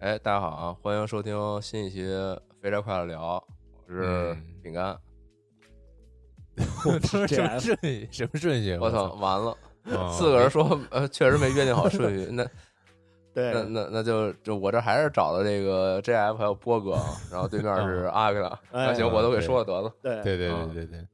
哎，大家好啊！欢迎收听新一期《肥宅快乐聊》，我是嗯饼干。 什么这顺序？什么顺序？我操，完了！操哦哎四个人说，呃，确实没约定好顺序。那对那那那就就我这还是找的这个 JF 还有波哥啊，然后对面是阿克拉。哎那行，我都给对说了得了。对对对对对对，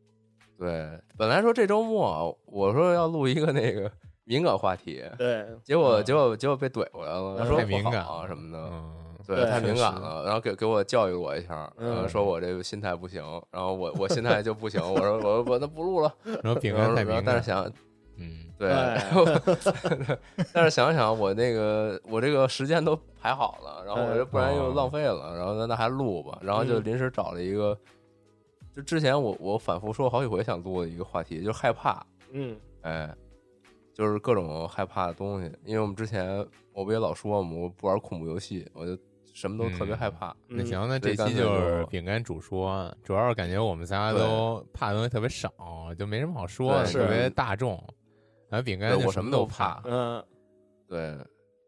对，本来说这周末啊我说要录一个那个敏感话题，对结果结果结果被怼回来了，嗯说太敏感不好啊什么的。嗯，对，对太敏确感实了，然后给给我教育我一下，呃嗯说我这个心态不行，然后我我心态就不行，我说我我那不录了，嗯然后饼然干后太然后敏但感是，想嗯，对，哎 但是想想我那个我这个时间都排好了，然后我这不然又浪费了，然后那那还录吧，然后就嗯临时找了一个，就之前我我反复说好几回想录的一个话题，就是害怕，嗯哎，就是各种害怕的东西，因为我们之前我不也老说嘛，我不玩恐怖游戏，我就什么都特别害怕。那嗯行，那所这以干期脆就是就饼干主说，主要是感觉我们仨对都怕的东西特别少，就没什么好说的，对特是别大众。然后饼干对就我什什么么都都怕怕，嗯对，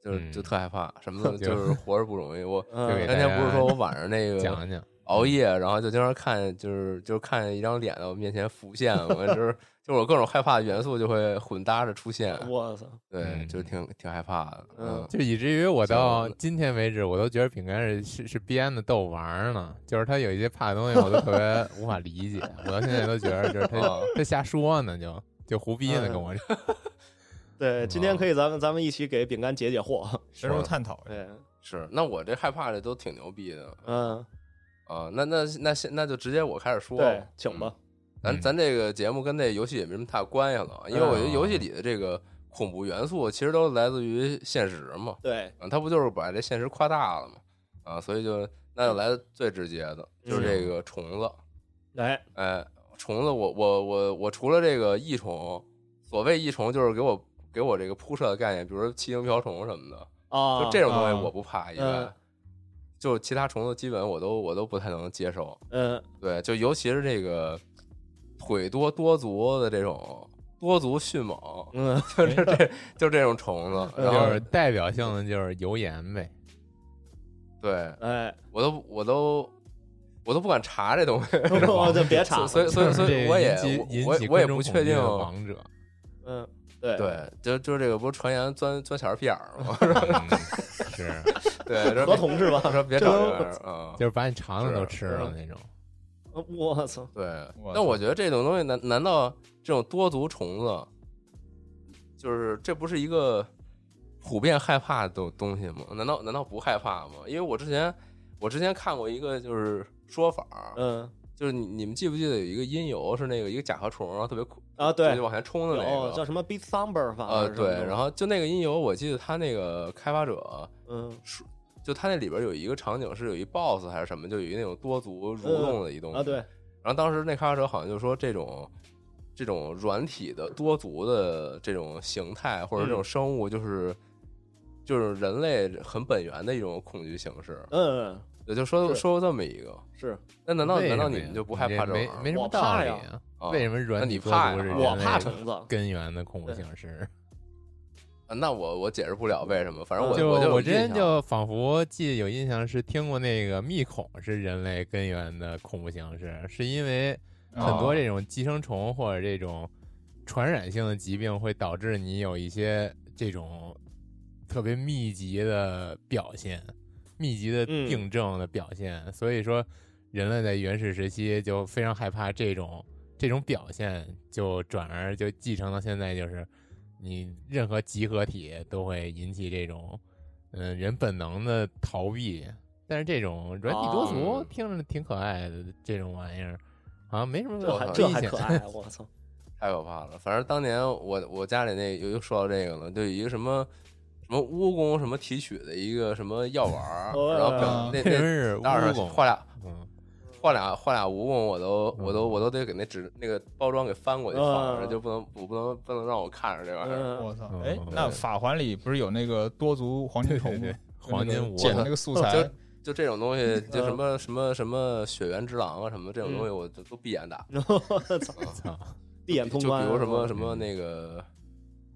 就是嗯就特害怕，什么都就就是 活着不容易。我 就给嗯那天不是说我晚上 那个讲讲。熬夜，然后就经常看，就是就是看一张脸在我面前浮现，我 就是就是我各种害怕的元素就会混搭着出现，我操，对，嗯就挺挺害怕的。嗯嗯，就以至于我到行今天为止，我都觉得饼干是是是编的逗玩儿呢。就是他有一些怕的东西，我都特 别无法理解。我到现在都觉得就是他啊他瞎说呢，就就胡逼呢，嗯跟我对，今天可以咱们咱们一起给饼干解解惑，深入探讨一下。对，是，那我这害怕的都挺牛逼的嗯啊。那那那现那就直接我开始说吧，对，请吧，咱嗯咱这个节目跟这游戏也没什么太大关系了，因为我觉得游嗯戏里的这个恐怖元素其实都来自于现实嘛，对，啊，他不就是把这现实夸大了嘛，啊，所以就那就来最直接的，就是这个虫子，哎，哎，虫子我，我我我除了这个异虫，所谓异虫就是给我给我这个铺设的概念，比如说七星瓢虫什么的，啊，就这种东西啊我不怕以嗯外，就其他虫子基本我都我都不太能接受，嗯对，就尤其是这个腿多多足的这种多足迅猛，嗯，就是这就这种虫子，嗯然就后是代表性的就是油盐呗。对 哎， 我都我都我都不敢查这东西， 我就别查，所以 所以所这以我也引起引我起也我也观众不恐确惧定的，王 者。嗯，对，对，就就这个不是传言钻钻小人屁眼儿吗？ 嗯是，对，说何同志吧 他，说别这找都这玩意儿啊就。是把你肠子都是吃了那种。我操，对我，但操我觉得这种东西难难道这种多足虫子，就是这不是一个普遍害怕的东东西吗？难道难道不害怕吗？因为我之前我之前看过一个就是说法儿，嗯就是你你们记不记得有一个音游是那个一个甲壳虫，然后特别酷，啊，就对就，往前冲的那有个叫。什么 Beat Thumber 法，呃，对，然后就那个音游，我记得他那个开发者，嗯就他那里边有一个场景是有一 boss 还是什么，就有一那种多足蠕动的一东西。啊，对，然后当时那开发者好像就说这种这种软体的多足的这种形态或者这嗯种生物，就是、就是人类很本源的一种恐惧形式。嗯也就说是说过这么一个，是，那难道为难道什么你呀们就不害这怕这没玩意儿没什么我道怕理呀啊？啊为什么那软你体多怕毒呀是我人我怕类虫子，根源的恐怖对形式？啊那我我解释不了为什么，反正我啊就我有我印之前象就仿佛记有印象是听过那个密孔是人类根源的恐怖形式，是因为很哦多这种寄生虫或者这种传染性的疾病会导致你有一些这种特别密集的表现，密集的嗯病症的表现，所以说人类在原始时期就非常害怕这种这种表现，就转而就继承到现在，就是你任何集合体都会引起这种嗯、呃人本能的逃避。但是这种软体多族哦听着挺可爱的这种玩意儿，好像没什么这还嗯我这危还险 可爱，我操！太可怕了。反正当年我我家里那又又说到这个了，就有一个什么什么蜈蚣什么提取的一个什么药丸儿，哦然后表那啊 那真那 是当蜈然蚣，画俩嗯，画俩画俩蜈蚣，我都我都我都得给那纸那个包装给翻过去放着，嗯就不能我不能不能让我看着这玩意儿。嗯，我操嗯！哎嗯，那法环里不是有那个多族黄金虫对对吗对？黄金那屋个捡那个素就材，就这种东嗯西，就什么什么什么血缘之狼啊什么这种东西，我都都闭眼打。 我操，操，嗯闭眼就通比关。嗯如什么我什嗯么那个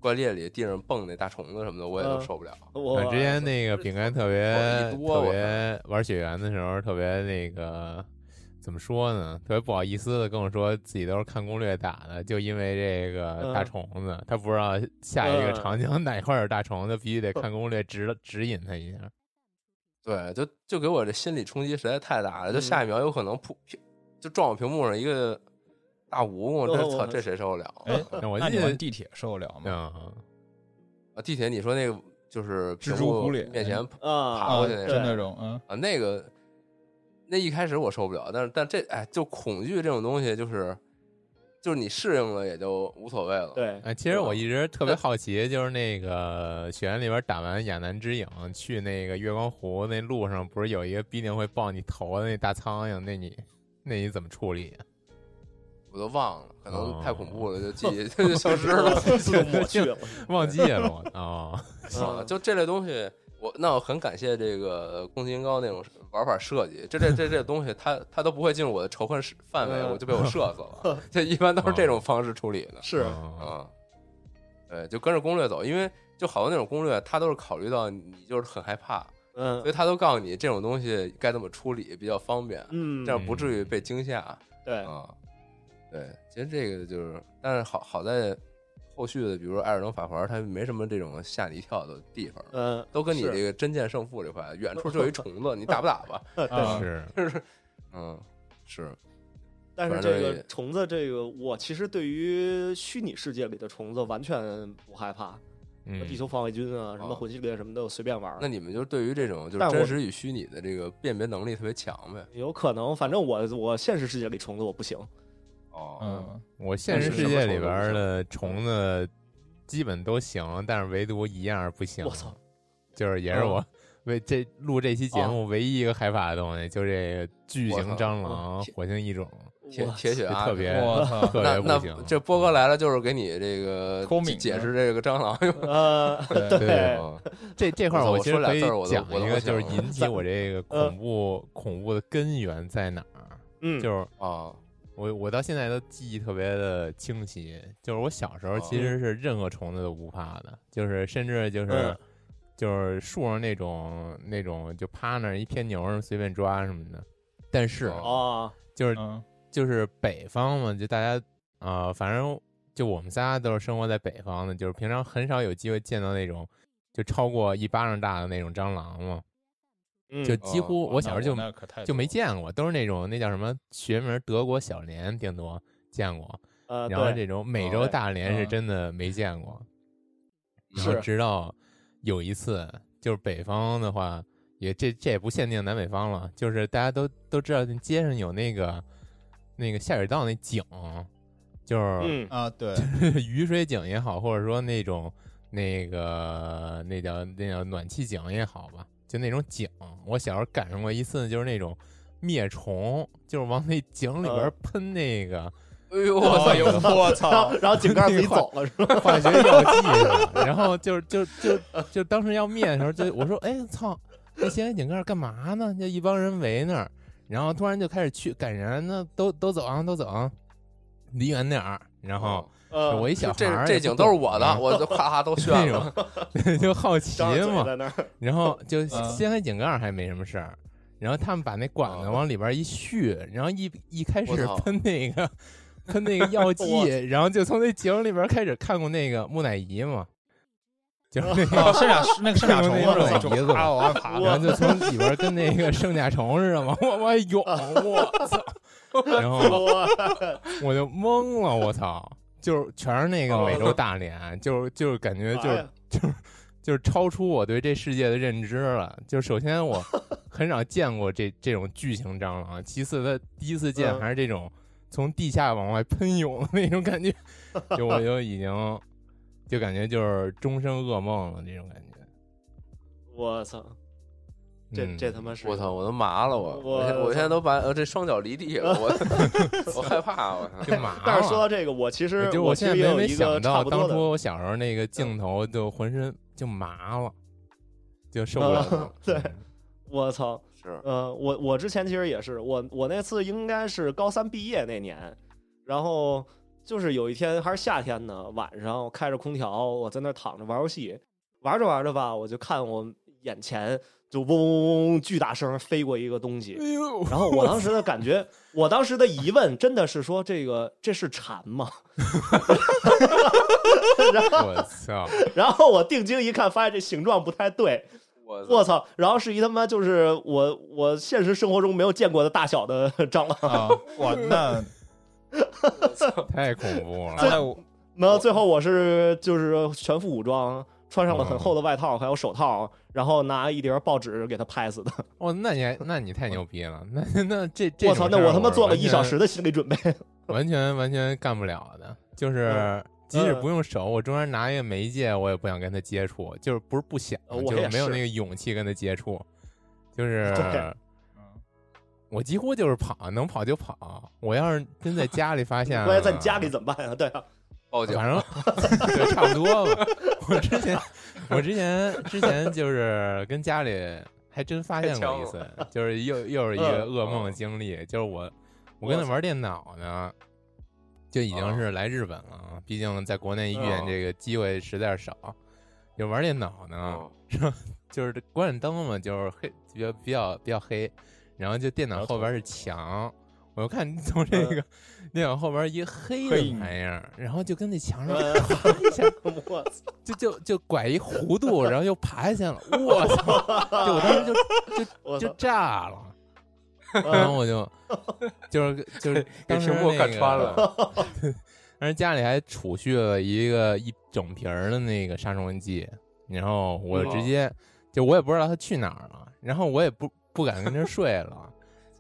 怪猎里地上蹦那大虫子什么的，我也都嗯受不了。我我哦之哎前那个饼干特别我一多特我别玩雪原的时候，特别那个怎么说呢？特别不好意思的跟我说自己都是看攻略打的，就因为这个嗯大虫子，他不知道下一个嗯场景 哪块儿有大虫子，必须得哦看攻略指指引他一下。对，就就给我这心理冲击实在太大了，就嗯下一秒有可能噗屏就撞我屏幕上一个大蜈蚣，这哦操我这谁受得了？哎，那我那记你玩得，地铁受得了吗？嗯，啊，地铁你说那个就是蜘屏蛛幕狐狸面前啊，爬过啊，去那就个那种，嗯，啊，那个那一开始我受不了，但是但这哎，就恐惧这种东西，就是就是你适应了也就无所谓了。，对，呃，其实哦我一直特别好奇，就是那个雪原里边打完亚南之影去那个月光湖那路上，不是有一个必定会爆你头的那大苍蝇？那你那你怎么处理？啊我都忘了，可能哦太恐怖了，就记 忆就消失 了。自动抹去了。忘记了我哦，啊，嗯就这类东西，我那我很感谢这个宫崎英高那种玩法设计，这这这这东西，它它都不会进入我的仇恨是范围，嗯我就被我射死 了。就一般都是这种方式处理的。是哦啊，对，就跟着攻略走，因为就好多那种攻略，它都是考虑到你就是很害怕，嗯所以他都告诉你这种东西该怎么处理比较方便，嗯这，样不至于被惊吓啊、对，对，其实这个就是，但是好好在后续的，比如说《艾尔登法环》，它没什么这种吓你一跳的地方，嗯，都跟你是这个真剑胜负这 块，远处就有一虫子，你打不打 吧？啊，是嗯，是，但是反正这也个虫子，这个我其实对于虚拟世界里的虫子完全不害怕，嗯，地球防卫军啊，什么哦魂系列什么的，我随便玩儿。那你们就对于这种就是但我真实与虚拟的这个辨别能力特别强呗？有可能，反正我我现实世界里虫子我不行。哦，嗯，我现实世界里边的虫子基本都行，但是唯独一样不行我，操，就是也是嗯我为这录这期节目唯一一个害怕的东西，就这个巨型哦我操嗯蟑螂火星异种，铁我铁血就啊，特别 我操，特那别不那行。嗯这波哥来了就是给你这个抠敏解的释这个蟑螂用呃， 对对，啊这这块儿我其实说俩可以字儿我都讲我都一不个，就是想嗯引起我这 个呃恐怖恐怖的根源在哪儿？嗯，就是啊，我我到现在都记忆特别的清晰，就是我小时候其实是任何虫子都不怕的，就是甚至就是、嗯就是树上那种那种就趴那儿一天牛儿随便抓什么的，但是、哦啊，就是嗯，就是北方嘛，就大家啊、呃反正就我们仨都是生活在北方的，就是平常很少有机会见到那种就超过一巴掌大的那种蟑螂嘛，嗯就几乎哇我小时候就那那可太就没多了，见过，都是那种那叫什么学名德国小蠊，顶多见过。啊呃，然后对，这种美洲大蠊是嗯真的没见过。然后是直到有一次，就是北方的话，也这这也不限定南北方了，就是大家都都知道，那街上有那个那个下水道那井，就是嗯，啊，对，雨水井也好，或者说那种那个那叫那叫暖气井也好吧，就那种井，我小时候赶上过一次，就是那种灭虫，就是往那井啊里边嗯喷那个。哎呦哦我操，有我 然后然后井盖自己走了是吧？化学药剂呢，然后就就就就当时要灭的时候，就我说哎操，那显微井盖干嘛呢？就一帮人围那儿，然后突然就开始去赶人呢，都都走啊，都走啊，离远点儿，然后啊呃，我一小孩这儿这也不景都是懂我的，我就夸夸都 那炫了。种就好奇张着嘴嘛，在那 儿，然后就嗯掀开井盖儿还没什么事儿，然后他们把那管子哦往里边一续，然后一一开我始操喷那 个喷那个药剂我，然后就从那井里边开始看过那个木乃伊嘛，就是那个， 哦，是俩那个 是俩虫那个子，那个就啪往外爬，然后就从里边跟那个圣甲虫似的往往外 涌，我操！然后我就懵了，我操！就是全是那个美洲大脸，就是就是感觉就是哎就是超出我对这世界的认知了。就首先 我很少见过这这种巨型蟑螂，啊其次它第一次见嗯还是这种从地下往外喷涌的那种感觉，就我就已经就感觉就是终身噩梦了这种感觉。我操，这嗯 这他妈是 我操，我都麻了我，我我现我现在都把呃这双脚离地 了，我我害怕我操。就麻了。 但是说到这个，我其实啊就我其现在实也没有没一个想差到，不多当的，初我小时候那个镜头就浑身就麻了，就受不了了。对，我操，是呃，我我之前其实也是，我我那次应该是高三毕业那年，然后就是有一天还是夏天呢，晚上我开着空调，我在那儿躺着玩游戏，玩着玩着吧，我就看我眼前就嗡嗡嗡嗡巨大声飞过一个 东西，呦， 然后我当时的感觉，我当时的疑问真的是说这个这是蝉吗？ 然 后我操！然后我定睛一看，发现这形状不太对，我我操！然后是一他妈就是我我现实生活中没有见过的大小的 蟑螂，啊，哇， 那太恐怖了。那我然后最后我是就是全副武装，穿上了很厚的外套还有手套，然后拿一叠报纸给它拍死的。哦，那你还那你太牛逼了，那那这这我操！种那事儿我他妈做了完一全小时，的心理准备。完全完全干不了的，嗯就是。即使不用手，我中间拿一个媒介，我也不想跟他接触，就是不是不想，呃我就也没有是那个勇气跟他接触，就是 嗯对我几乎就是跑，能跑就跑。我要是真在家里发 现，关键在你家里怎么办啊？对啊，报警， 反正对，差不多吧。我之前，我之前之前就是跟家里还真发现过一次，就是又又是一个嗯噩梦的经历，就是我哦我哦跟他玩电脑呢，就已经是来日本了啊，毕竟在国内遇见嗯这个机会实在是少，就玩电脑呢，哦就是这关着灯嘛，就是黑比较比较比较黑，然后就电脑后边是墙，我就看从这个电脑后边一黑黑的影玩意儿，然后就跟那墙上呃爬一下，我操！就就就拐一弧度，然后又爬下去了，我操！就我当时我就就操！炸了，然后嗯我就就是就是 给当时屏幕看穿了 了，当时家里还储蓄了一个一整瓶儿的那个杀虫剂，然后我直接就我也不知道它去哪儿了，然后我也不不敢跟这儿睡了，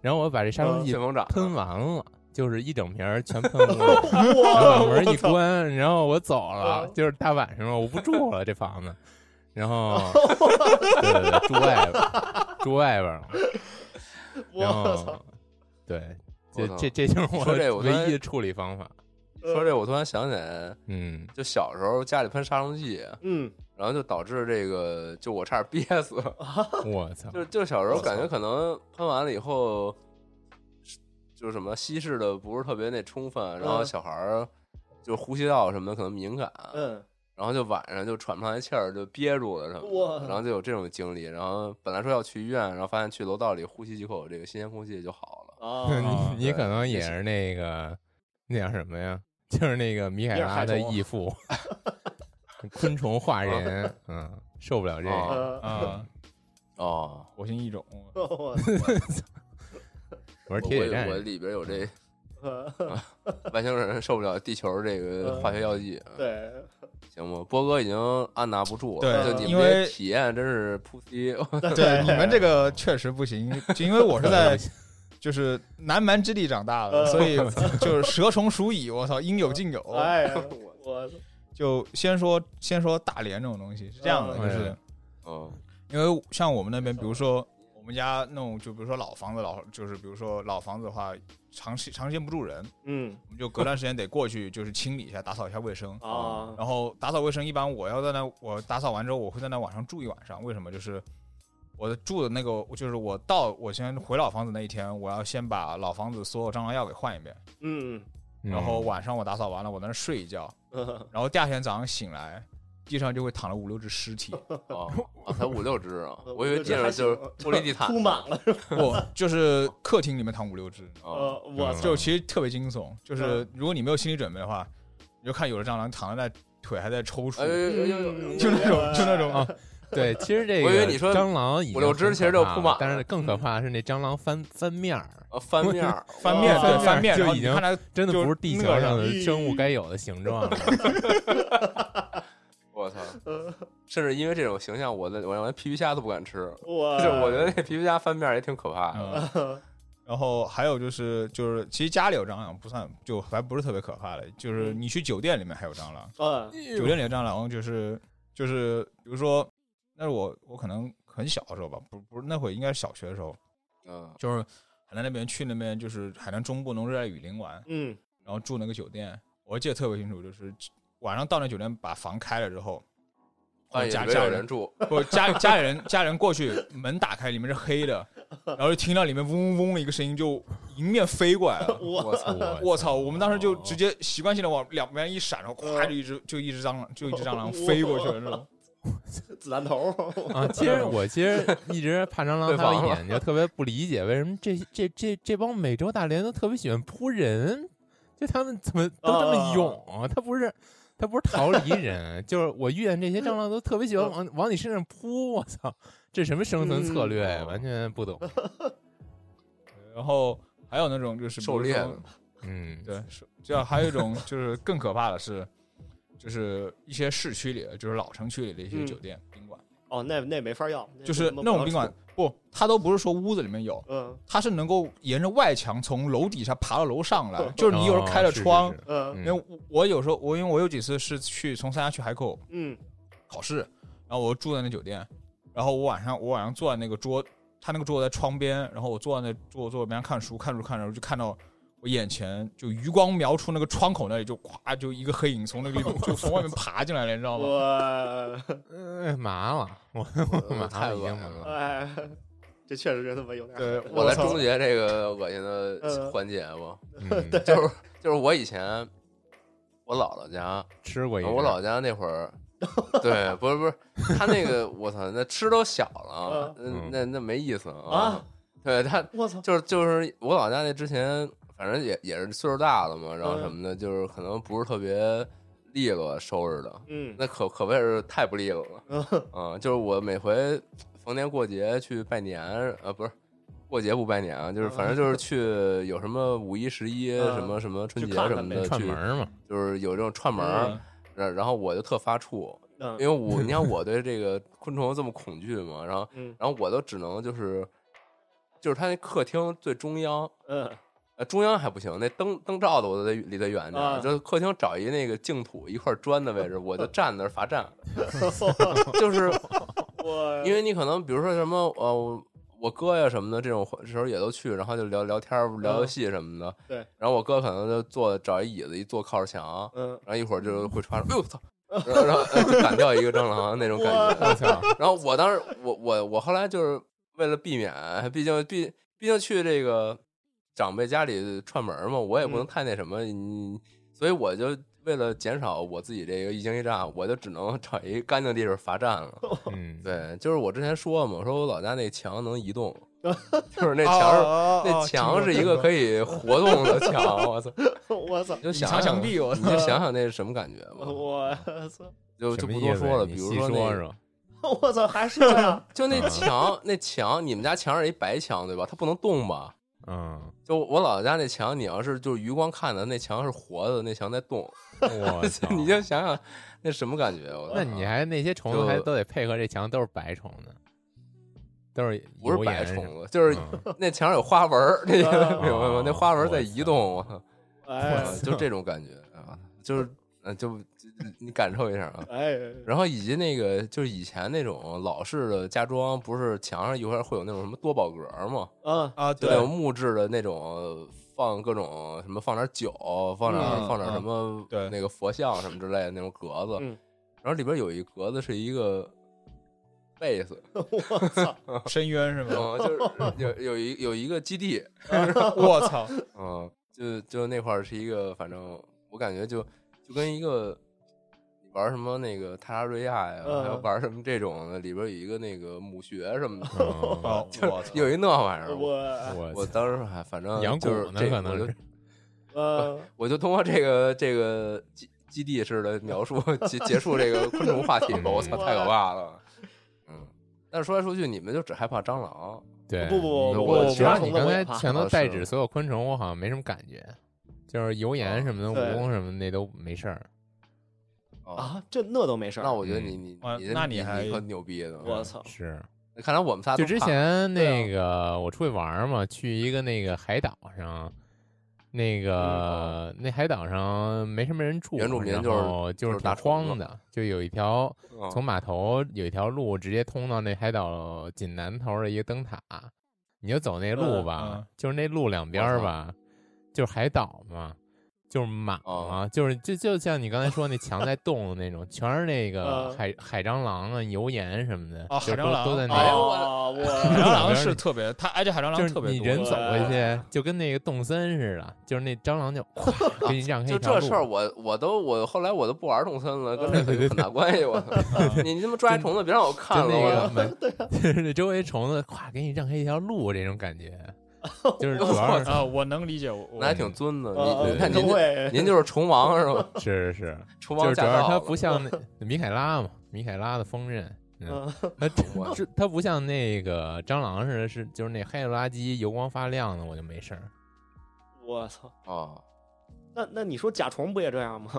然后我把这杀虫剂旋风掌喷完了，就是一整瓶儿全喷屋里。然后把我门一操！关，然后我走了嗯，就是大晚上了，我不住了这房子，然 后对对对，住外边儿，住外边儿了，然我操！后对，我这操这这就是说这我我突然唯一的处理方法。 说这我突然想起来，嗯，就小时候家里喷杀虫剂，嗯，然后就导致这个，就我差点憋死。我操， 就就小时我候操感觉可能喷完了以后，就是什么稀释的不是特别那充分，然后嗯小孩儿就是呼吸道什么的可能敏感，嗯，然后就晚上就喘不上来气儿，就憋住了什么哇的， 然后就有这种经历。然后本来说要去医院，然后发现去楼道里呼吸几口这个新鲜空气就好了。啊，你你对可能也是那个那叫什么呀？就是那个米凯米尔拉海的虫啊义 父，昆虫化人，嗯，受不了这个。哦呃，啊，哦，火星异种， 我我我是铁血战我士，里边有这操！外星人受不了地球这个化学药剂，对， 行吗？波哥已经按捺不住了，对就你因们这为体验真是扑街。对，你们这个确实不行，就因为我是在就是南蛮之地长大呃的，所以就是 蛇虫鼠蚁，我操，应有尽有。 哎呀，我就先说先说大连这种东西是这样的，嗯就是嗯，因为像我们那边，比如说我们家那种，就比如说老房子老就是比如说老房子的话，长时长时间不住人，嗯 我们就隔段时间得过去就是清理一下，打扫一下卫生。啊，然后打扫卫生，一般我要在那，我打扫完之后，我会在那晚上住一晚上。为什么？就是我的住的那个，就是我 到我先回老房子那一天，我要先把老房子所有蟑螂药给换一遍。嗯然后晚上我打扫完了，我在那儿睡一觉， 然后第二天早上醒来，地上就会躺了五六只尸体，哦，哦才五六只啊，呃我以为五六只地上还就是行布雷地 毯铺呢。满了，不就是客厅里面躺五六只，哦呃，我嗯操，就其实特别惊悚。嗯就是如果你没有心理准备的话，你就看有的蟑螂躺在那腿还在抽搐哎，呦呦呦呦呦！ 就那种就那种啊对，其实这个我以为你说蟑螂已经五六只很可其实就怕铺满了但了是更可怕的是那蟑螂翻翻面儿，啊，翻面儿，翻面对哦翻面，就然后已你经看它 真的就不是地球那上样的生物该 有的形状了。我操！呃甚至因为这种形象，我的我连皮皮虾都不敢吃。 我就是我觉得那皮皮虾翻面儿也挺可怕的。嗯，然后还有就是就是，其实家里有蟑螂不算，就还不是特别可怕的，就是你去酒店里面还有蟑螂，嗯哎酒店里的蟑螂就是就是，比如说，那是我我可能很小的时候吧，不不是那会儿应该是小学的时候，嗯，就是海南那边去那边就是海南中部弄热带雨林玩，嗯 然后住那个酒店，我记得特别清楚，就是晚上到那酒店把房开了之后，或半者夜家没家啊有人人住，不家家里人家里人过去，门打开，里面是黑的，然后就听到里面嗡嗡嗡的一个声音就迎面飞过来了。我我操！我操！我们当时就直接习惯性的往两边一闪，然后咵就一只就一只蟑螂就一只蟑螂飞过去了那种。子弹头，啊，其实我其实一直怕蟑螂，被还有防一了点就特别不理解，为什么这这这这帮美洲大蠊都特别喜欢扑人？就他们怎么都哦这么勇啊？他不是他不是逃离人， 就是我遇见这些蟑螂都特别喜欢往往你身上扑。我操，这什么生存策略呀？嗯完全不懂。然后还有那种就是比如狩猎说嗯，对，是这还有一种就是更可怕的是，就是一些市区里，就是老城区里的一些嗯酒店宾馆， 哦，那那没法要，就是那那种宾馆，不，它都不是说屋子里面有，嗯它是能够沿着外墙从楼底下爬到楼上来，就是你有时候哦开了是是窗，是嗯嗯因为我我有时候我因为我有几次是去从三亚去海口嗯考试，然后我住在那酒店，然后我晚上我晚上坐在那个桌，他那个桌在窗边，然后我坐在那坐坐边上看书，看书看着我就看到我眼前就余光瞄出那个窗口那里就咵就一个黑影从那个里就从外面爬进来了，你知道吗？我呃麻了，我麻我太了，已恶经心麻了 了。哎，这确实是他妈有点对，我来操终结这个恶心的嗯环节吧。 嗯， 就是就是我以前我姥姥家，吃过一我只姥姥家那会儿，对，不是不是，他那个我操，那吃都小了，那嗯那那没意思啊！对他我 操，就是就是我老家那之前，反正也也是岁数大了嘛，然后嗯什么的，就是可能不是特别利落收拾的，嗯那可可谓是太不利落了。嗯，就是我每回逢年过节去拜年，呃，不是过节不拜年啊，就是反正就是去有什么五一、十一嗯什么什么春节去看看什么呗的串去门儿嘛，就是有这种串门儿，然然后我就特发怵，因嗯为我你看我对这个昆虫这么恐惧嘛，然后嗯然后我都只能就是就是他那客厅最中央，嗯呃中央还不行，那灯灯罩子我都得离得远点儿，啊就是客厅找一那个净土一块砖的位置，我就站那儿罚站， 就是呃我因为你可能比如说什么呃我我哥呀什么的这种时候也都去，然后就聊聊天儿聊游戏什么的，嗯对，然后我哥可能就坐找一椅子一坐靠着墙，嗯然后一会儿就会穿上，哎呦我 操！然后然后呃就赶掉一个蟑螂那种感觉，我操，然后我当时，我我我后来就是为了避免，毕竟毕毕竟去这个长辈家里串门儿嘛，我也不能嗯太那什么，你所以我就为了减少我自己这个一惊一乍，我就只能 找一干净地方罚站了。 嗯，对，就是我之前说嘛，我说我老家那墙能移动，就是那那墙是、那那墙是一个可以活动的墙，我 操！我操你就隐想藏想墙，壁，我你就想想那是什么感觉吧，我 操就什就么不意多思说了。你比如细说说那说我操，还是这样， 就 那嗯墙，那墙，你们家墙是一白墙对吧？它不能动吧？ 嗯，就我姥姥家那墙，你要是就是余光看的，那墙是活的，那墙在动，我操， 你就想想那什么感觉？我操 那你还那些虫子就还都得配合这墙，都是白虫呢，都是不是油白盐虫什么子，就是 嗯哦那墙上有花纹儿， 你明啊白吗？那花纹儿在移动，我操，哎啊就 这种感觉啊，就是呃，就就你感受一下啊。哎，然后以及那个就是以前那种老式的家装，不是墙上一块儿会有那种什么多宝格儿吗？嗯啊，就对那，种木质的那种，放各种什么，放点酒，放点、嗯放点什嗯么，对那个佛像什么之类的那种格子。嗯然后里边有一格子是一个贝斯，我操， 深渊是吗？ 嗯，就是有有一有一个基地， 我操！嗯，就就那块儿是一个，反正我感觉就就跟一个你玩什么那个泰拉瑞亚呀，嗯还有玩什么这种的，里边有一个那个母学什么的，嗯哦，我操有一那玩意儿。我 我我我操当时还反正养就是蛊呢这可能我就是呃，我就通过这个这个基基地式的描述 结结束这个昆虫话题吧。我操，太可怕了。嗯，但是说来说去，你们就只害怕蟑螂。对，不不嗯不你我我其知他道虫你子刚我才也怕全都啊代是指所有昆虫，我好像没什么感觉，就是油盐什么的、啊对蜈蚣什么的那都没事儿。哦，啊，这那都没事儿。那我觉得你你哇你这那你你还可牛逼的。我操，是，那看来我们仨就都之怕前对啊那个我出去玩儿嘛，去一个那个海岛上，那个那海岛上没什么人住，嗯哦原住民然就是后就就是是打打虫子荒的，就有一条嗯从码头有一条路直接通到那海岛锦南头的一个灯塔，你就走那路嗯吧，嗯就是那路两边我儿操吧，就是海岛嘛，就是马嘛，哦就是就就像你刚才说那墙在动的那种，全是那个嗯海、海蟑螂啊、油盐什么的，哦就海蟑都螂都在那哎里呦哦，海蟑我螂是特别，它而且海蟑就螂特是别你多。人走对过去，就跟那个动森似的，就是那蟑 螂就咵给你让开就一条这事儿，路。我我都我后来我都不玩动森了，跟嗯这个有很大关系。 我操，你你他妈抓一虫子别让我看就了，那个我 啊门， 那周围虫子咵给你让开一条路，这种感 觉，就是主要是啊，我能理解，我我那还挺尊的。呃你你看都您这会您就是虫王是吧？是是是，虫就王是主驾要到是它了。不像 那米凯拉嘛，米凯拉的风刃，嗯，嗯它我这它不像那个蟑螂似的，是就是那黑了吧唧油光发亮的，我就没事儿我操，哦，那那你说甲虫不也这样吗？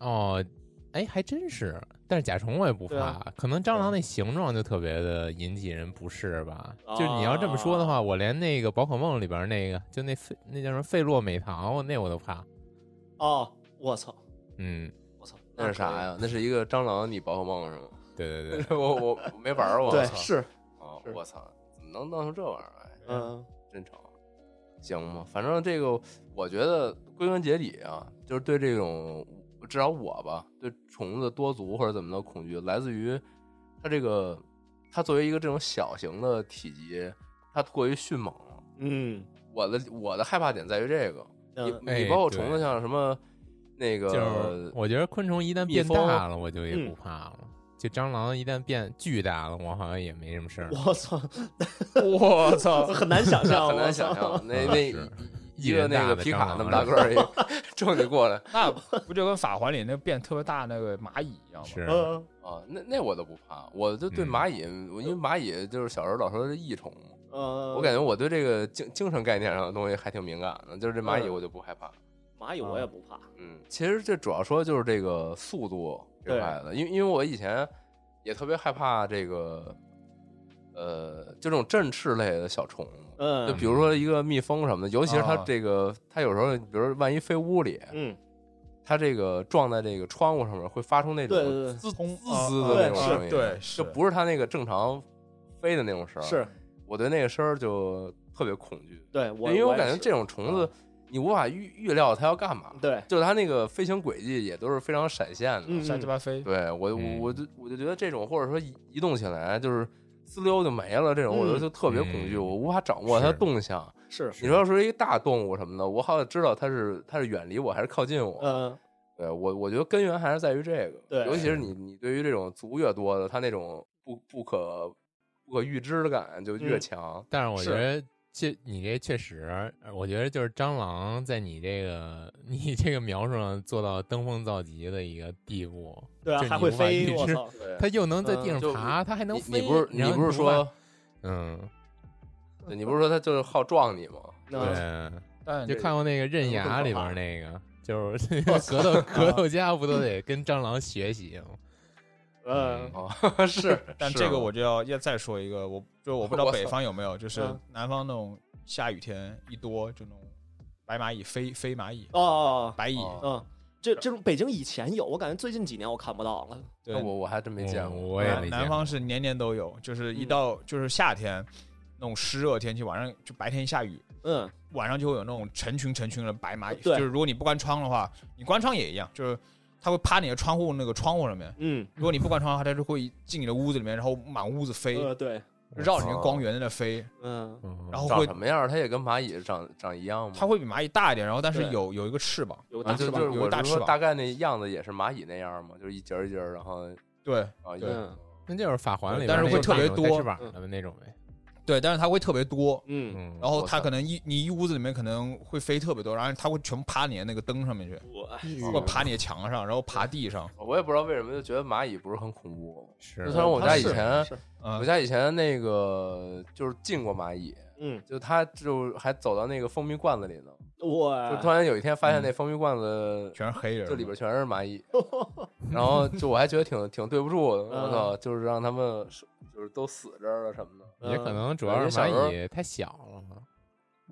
哦。哎，还真是，但是甲虫我也不对怕啊，可能蟑螂对那形状就特别的引起人不适吧。啊就是你要这么说的话，我连那个宝可梦里边那个，就那费那叫什么费洛美棠，那我都怕。哦，我操，嗯，我操，那是啥可以？呀？那是一个蟑螂，你宝可梦是吗？，对对 对 我我我没玩过，对我，操是，哦是我操，怎么能弄成这玩意儿？哎，嗯，真吵。行吧，反正这个我觉得归根结底啊，就是对这种至少我吧，对虫子多足或者怎么的恐惧，来自于它这个它作为一个这种小型的体积，它过于迅猛了。嗯，我的我的害怕点在于这个，嗯你哎你包括虫子对像什么那个就是我觉得昆虫一旦变蜜蜂大了，我就也呃嗯不怕了。就蟑螂一旦变巨大了，我好像也没什么事儿。我操， 我操，很难想象，很我难操想象，那啊 那是一一个人那大个的皮蟑卡螂那么大个儿 一个冲你过来那不就跟法环里那变特别大那个蚂蚁一样吗？是，嗯啊，那那我都不怕，我就对嗯蚂蚁，我因为蚂蚁就是小时候老说是益虫嘛，嗯，我感觉我对这个精精神概念上的东西还挺敏感的，就是这蚂蚁嗯我就不害怕。蚂蚁我也不怕，嗯，其实这主要说就是这个速度这对块的，因为因为我以前也特别害怕这个，呃，就这种振翅类的小虫子，就嗯哦比如说一个蜜蜂什么的，尤其是它啊这个，它有时候比如说万一飞屋里，嗯，它这个撞在这个窗户上面会发出那种对对对滋轰滋啊滋啊的那对种是声音，对是就不是它那个正常飞的那种声儿。是我对那个声儿就特别恐惧，对我，因为我也感觉是这种虫子你无法预预料它要干嘛，对，就是它那个飞行轨迹也都是非常闪现的。嗯瞎鸡巴飞。对我我嗯我就我就觉得这种或者说移移动起来就是滋溜就没了这种，嗯我就就特别恐惧，嗯我无法掌握它的是动向。是，是你说要是一个大动物什么的，我好像知道它是它是远离我还是靠近我。嗯，对我我觉得根源还是在于这个，对尤其是你你对于这种足越多的，它那种不不可不可预知的感就越嗯强。但是我是觉得这你这确实，我觉得就是蟑螂在你这个 你这个描述上做到登峰造极的一个地步，对啊，就还你会无法飞，预我知操，对，它又能在地嗯上就爬，它还能你飞。你不是然你后不是无法说嗯 对你不是说它就是好撞你吗？嗯，对，但就看过那个《刃这个牙》里更可怕边那个，就是 格斗格斗家不都得跟蟑螂学习吗？嗯，哦， 是，但是这个吗我就要要再说一个，我就我不知我操道北方有没有，就是嗯南方那种下雨天一多就那种白蚂蚁飞飞蚂蚁哦哦，哦白蚁，哦嗯，这这种北京以前有，我感觉最近几年我看不到了，对那，我我还真没见我过。嗯我也南没南见过。方是年年都有，就是一嗯到就是夏天那种湿热天气，晚上就白天一下雨，嗯，晚上就会有那种成群成群的白蚂蚁，就对是如果你不关窗的话，你关窗也一样，就是它会趴你的窗户那个窗户上面。嗯，嗯如果你不关窗的话，它就会进你的屋子里面，然后满屋子飞。呃，对，绕着那个光源在那飞，嗯，嗯然后长会什么样儿？它也跟蚂蚁长长一样吗？它会比蚂蚁大一点，然后但是对有有一个翅膀，有个啊，大就翅就是膀，嗯有我大是说翅膀大概那样子也是蚂蚁那样嘛，就是一节儿一节儿，然后对啊，对嗯那就是法环里边但那是种，会特别多带翅膀的那种呗。对，但是它会特别多，嗯，嗯，然后我它操可能一你一屋子里面可能会飞特别多，然后它会全部爬你的那个灯上面去，我嗯或者爬你的墙上，然后爬地上，我也不知道为什么就觉得蚂蚁不是很恐怖。是就虽然我它家以是前，是我嗯，家以前那个就是进过蚂蚁，嗯，就它就还走到那个蜂蜜罐子里呢，就突我然有一天发现嗯那蜂蜜罐子全是黑人，就里边全是蚂蚁，然后就我还觉得挺挺对不住的，我操，就是让他们就是都死这儿了什么的，也可能主嗯感要觉是小时候蚂蚁太小了，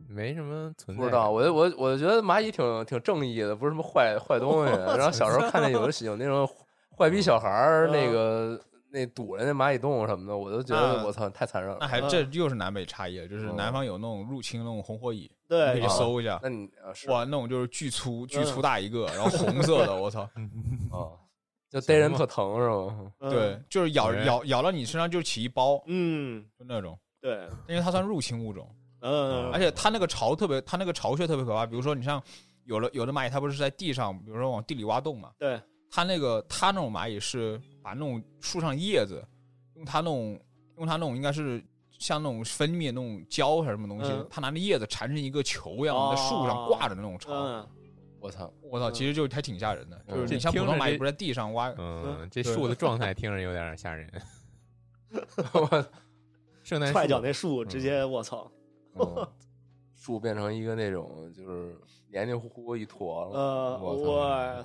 没什么存在感。不知道，我我我觉得蚂蚁挺挺正义的，不是什么坏坏东西。然后小时候看见有的有那种坏逼小孩儿，嗯那个那堵着那蚂蚁洞什么的，我都觉得那我操太残忍那 了。还嗯这又是南北差异了，就是嗯南方有那种入侵那种红火蚁，你可对以去啊搜一下，那你啊是哇，那种就是巨粗巨粗大一个，然后红色的，我操，啊，就逮人特疼是 吗？嗯对，就是咬对咬咬到你身上就起一包，嗯，就那种，对，因为它算入侵物种，嗯而且它那个巢特别，它那个巢穴特别可怕，比如说你像有了有的蚂蚁，它不是在地上，比如说往地里挖洞嘛，对，它那个它那种蚂蚁是把那种树上叶子，用它那种用它那种应该是像那种分泌的那种胶还是什么东西嗯，它拿那叶子缠成一个球一样在树哦上挂着那种巢。嗯，我操，我操，其实就还挺吓人的，嗯就是这你像普听通着蚂蚁这不是在地上挖，嗯，这树 的状态听着有点吓人。我圣诞树踹脚那树直接我操，嗯树变成一个那种就是黏黏糊糊一坨了。呃，我我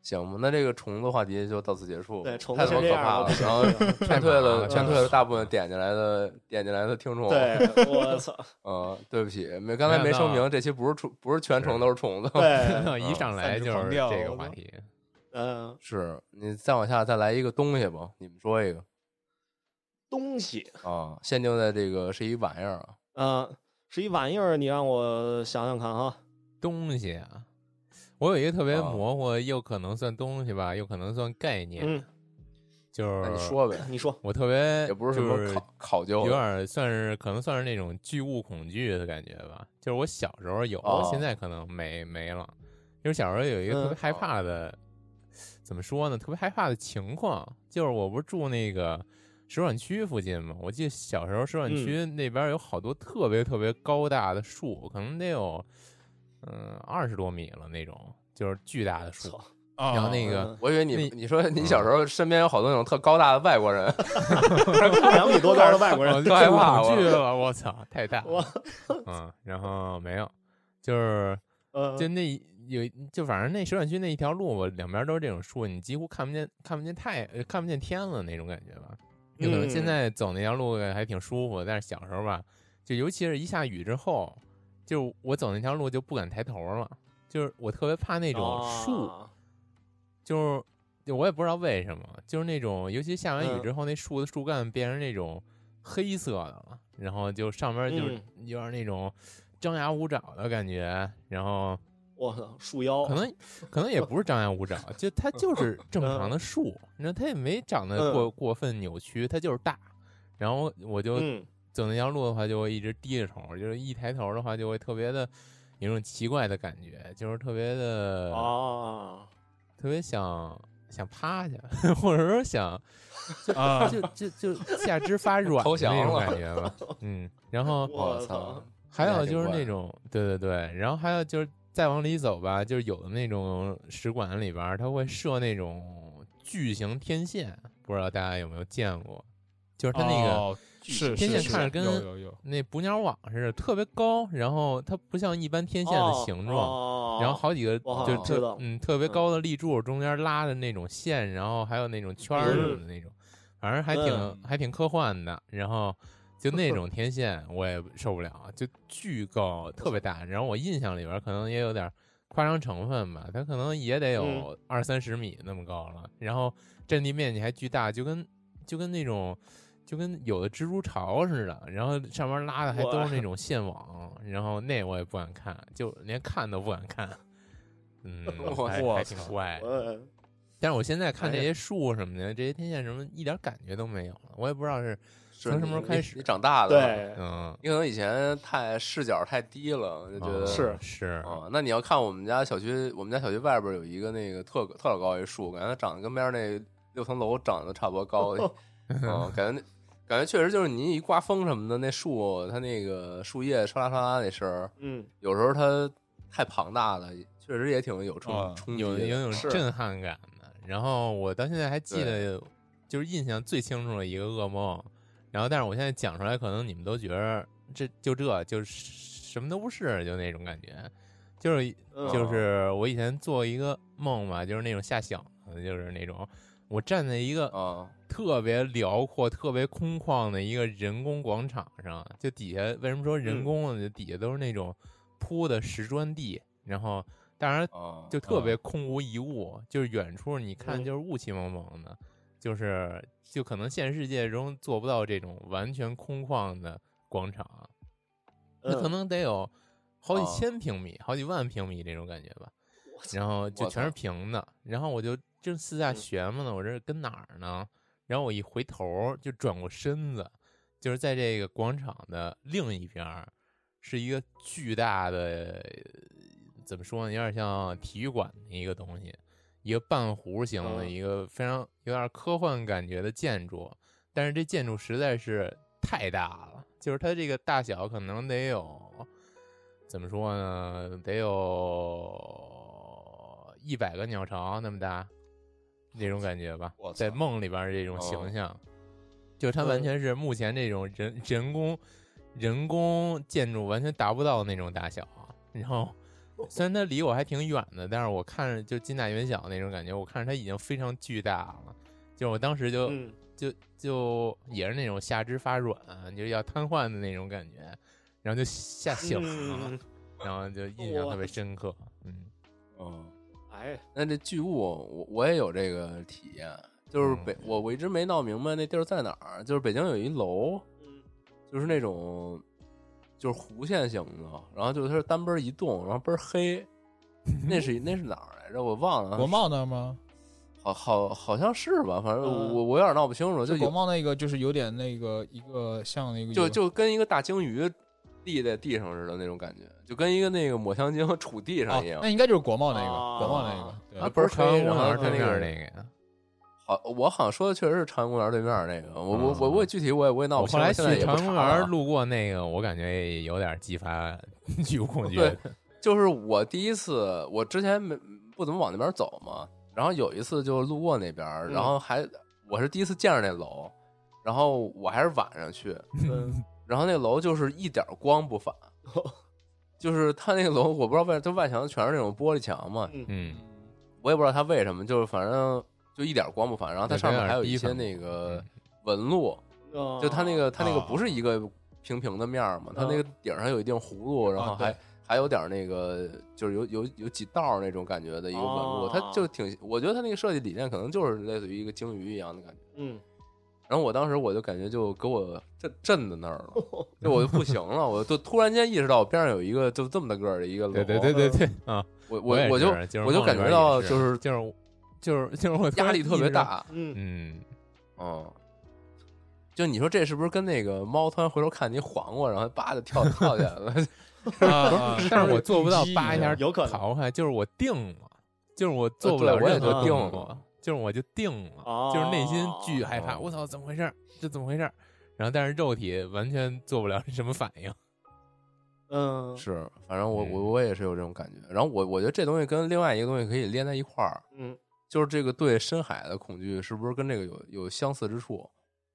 行吧，那这个虫子话题就到此结束吧。对虫太子他是妈可这样怕啊了不，行 然后太劝退麻了，烦劝退了了大部分点进来的点进来的听众。对，我操，嗯，对不起，没刚才没声没想明，这期不是虫，不是全虫都是虫子。 对，一上来就是这个话题，嗯， 是你再往下再来一个东西吧，你们说一个东西，啊，限定在这个是一玩意儿啊，嗯，是一玩意儿，你让我想想看哈，东西啊。我有一个特别啊模糊，又可能算东西吧，又可能算概念，嗯，就是那你说呗，你说，我特别也不是什就么考考究有的，点算是可能算是那种巨物恐惧的感觉吧。就是我小时候有，哦现在可能没没了。因为小时候有一个特别嗯害怕的，怎么说呢？特别害怕的情况，就是我不是住那个石碗区附近嘛？我记得小时候石碗区那边有好多特别特别高大的树，可能得有嗯二十多米了那种，就是巨大的树。操，然然后那个我以为你那嗯你说你小时候身边有好多那种特高大的外国人， 两米多高的外国我人，就害怕恐惧我了，我操，太大我了。 嗯，然后没有，就是嗯，就那一有就反正那石板区那一条路吧，两边都是这种树，你几乎看不见看不见太呃看不见天了那种感觉吧。有可能现嗯在走那条路还挺舒服，但是小时候吧，就尤其是一下雨之后，就我走那条路就不敢抬头了，就是我特别怕那种树，啊就是就我也不知道为什么，就是那种尤其下完雨嗯之后，那树的树干变成那种黑色的了，然后就上面就是嗯有点那种张牙舞爪的感觉，然后我操，树腰，可能可能也不是张牙舞爪，就它 就是正常的树，那它也没长得过过分扭曲，它就是大。然后我就嗯，走那条路的话，就会一直低着头，就是一抬头的话，就会特别的有一种奇怪的感觉，就是特别的哦啊，特别想想趴下，或者说想啊， 就 就就下肢发软投的降那种 了感觉吧。嗯，然后我我操操，还有挺就是怪那种，对对对，然后还有就是再往里走吧，就是有的那种使馆里边儿，它会设那种巨型天线，不知道大家有没有见过？就是它那个、哦是天线是看着是跟有有有那捕鸟网似的，特别高，然后它不像一般天线哦的形状，状然后好几个我好就像特知道嗯特别嗯高的立柱，中间拉的那种线，然后还有那种圈儿什么的那种，反正还挺、嗯还挺科幻的。然后就那 种天线我也受不了，就巨高，特别大。然后我印象里边可能也有点夸张成分吧，它可能也得有嗯二三十米那么高了，然后占地面积还巨大，就跟就跟那种。就跟有的蜘蛛巢似的，然后上面拉的还都是那种线网，然后那我也不敢看，就连看都不敢看。 嗯， 我还我还挺操怪的。我但是我现在看哎这呀些树什么的，这些天线什么一点感觉都没有了，我也不知道是是从什么时候你开你始你长大了，，对，嗯，你可能以前太视角太低了，就觉啊得 是是，啊。那你要看我们家小区，我们家小区外边有一个那个特特老高一树，感觉它长得跟边上那六层楼长得差不 多高，啊，感觉那感觉确实就是你一刮风什么的，那树它那个树叶唰啦唰啦那声儿， 嗯，有时候它太庞大了，确实也挺有啊冲冲击哦有有的。种是震撼感的。然后我到现在还记得，就是印象最清楚的一个噩梦。然后，但是我现在讲出来，可能你们都觉得这就这就是什么都不是，就那种感觉。就是嗯就是我以前做一个梦嘛，就是那种吓响的，就是那种我站在一个啊，特别辽阔、特别空旷的一个人工广场上，就底下为什么说人工呢？就底下都是那种铺的石砖地，然后当然啊，就特别空无一物，就是远处你看嗯就是雾气蒙蒙的，就是就可能现实世界中做不到这种完全空旷的广场，那可嗯能得有好啊几千平米、好几万平米这种感觉吧。然后就我全是操平的，然后我就正四下嗯学嘛呢，我这是跟哪儿呢？然后我一回头儿就转过身子，就是在这个广场的另一边儿，是一个巨大的，呃怎么说呢，有点像体育馆的一个东西，一个半弧形的嗯一个非常有点科幻感觉的建筑，但是这建筑实在是太大了，就是它这个大小可能得有怎么说呢，得有一百个鸟巢那么大，那种感觉吧我，操在梦里边儿这种哦形象，就它完全是目前这种人人工人工建筑完全达不到那种大小，然后。虽然它离我还挺远的，但是我看着就近大远小那种感觉，我看着它已经非常巨大了，就我当时就、嗯就就也是那种下肢发软，就要瘫痪的那种感觉，然后就吓醒了，嗯，然后就印象特别深刻。嗯，嗯。 哎，那这巨物，我我也有这个体验，就是嗯北，我我一直没闹明白那地儿在哪儿。就是北京有一楼，嗯就是那种就是弧线型的，然后就是它是单边一栋，然后倍儿黑，那是那是哪儿来着？我忘了，国贸那儿吗？好好好像是吧，反正嗯我我有点闹不清楚，就国有贸那个就是有点那个一个像那个就有就跟一个大鲸鱼立在地上似的那种感觉，就跟一个那个抹香鲸 杵地啊上一，样那。应该就是国贸那啊个国贸那个对 啊不是朝阳公园对那面个儿那个呀？好，我好像说的确实是朝阳公园对面儿那个，我我我我也具体我也我也闹嗯我不后清了。来去现在也不朝阳公查了园路过那个，我感觉也有点激发 巨物恐惧。 对就是我第一次，我之前没不怎么往那边走嘛，然后有一次就路过那边儿，嗯然后还我是第一次见着那楼，然后我还是晚上去，嗯，然后那楼就是一点儿光不 反，就是它那个楼我不知道为它外墙全是那种玻璃墙嘛，嗯，我也不知道它为什么，就是反正就一点儿光不反，然后它对上面有点还有一低嗯些反那个纹路，就哦就它那个它那个啊不是一个平平的面儿嘛，它那个嗯顶上有一定弧度，然哦后啊对还、还有点儿那个就是有有有几道儿那种感觉的一个纹路，它就哦挺，我觉得它那个设计理念可能就是类似于一个鲸鱼一样的感觉。嗯，然后我当时我就感觉就给我震震在那儿 了，就我就不行了，我就突然间意识到我边上有一个就这么大个儿的一个楼，对对对对对啊！我我也我我就是就是我就梦里感觉边到也就是是就是就是就是我突压然力特意别识到，大，嗯嗯，嗯。就你说这是不是跟那个猫突然回头看你黄瓜，然后叭就跳跳起来了？啊，但是我做不到一扒一下有可能逃开，就是我定了，就是我做不呃对了我也任就何定动作了，就是我就定了哦，就是内心巨害怕，我操，怎么回事儿？这怎么回事儿？然后但是肉体完全做不了什么反应，嗯是，反正我我嗯我也是有这种感觉。然后我我觉得这东西跟另外一个东西可以连在一块儿，嗯就是这个对深海的恐惧是不是跟这个有有相似之处？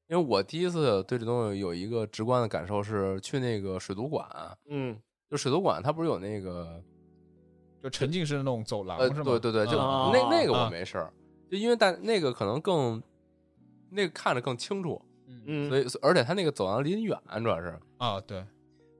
因为我第一次对这东西有一个直观的感受是去那个水族馆，嗯就水族馆它不是有那个就沉浸式的那种走廊呃，是吗？对对对，就嗯啊那那个我啊没事儿，就因为但那个可能更那个看着更清楚，嗯嗯，所以而且它那个走廊离得远，主要是啊对，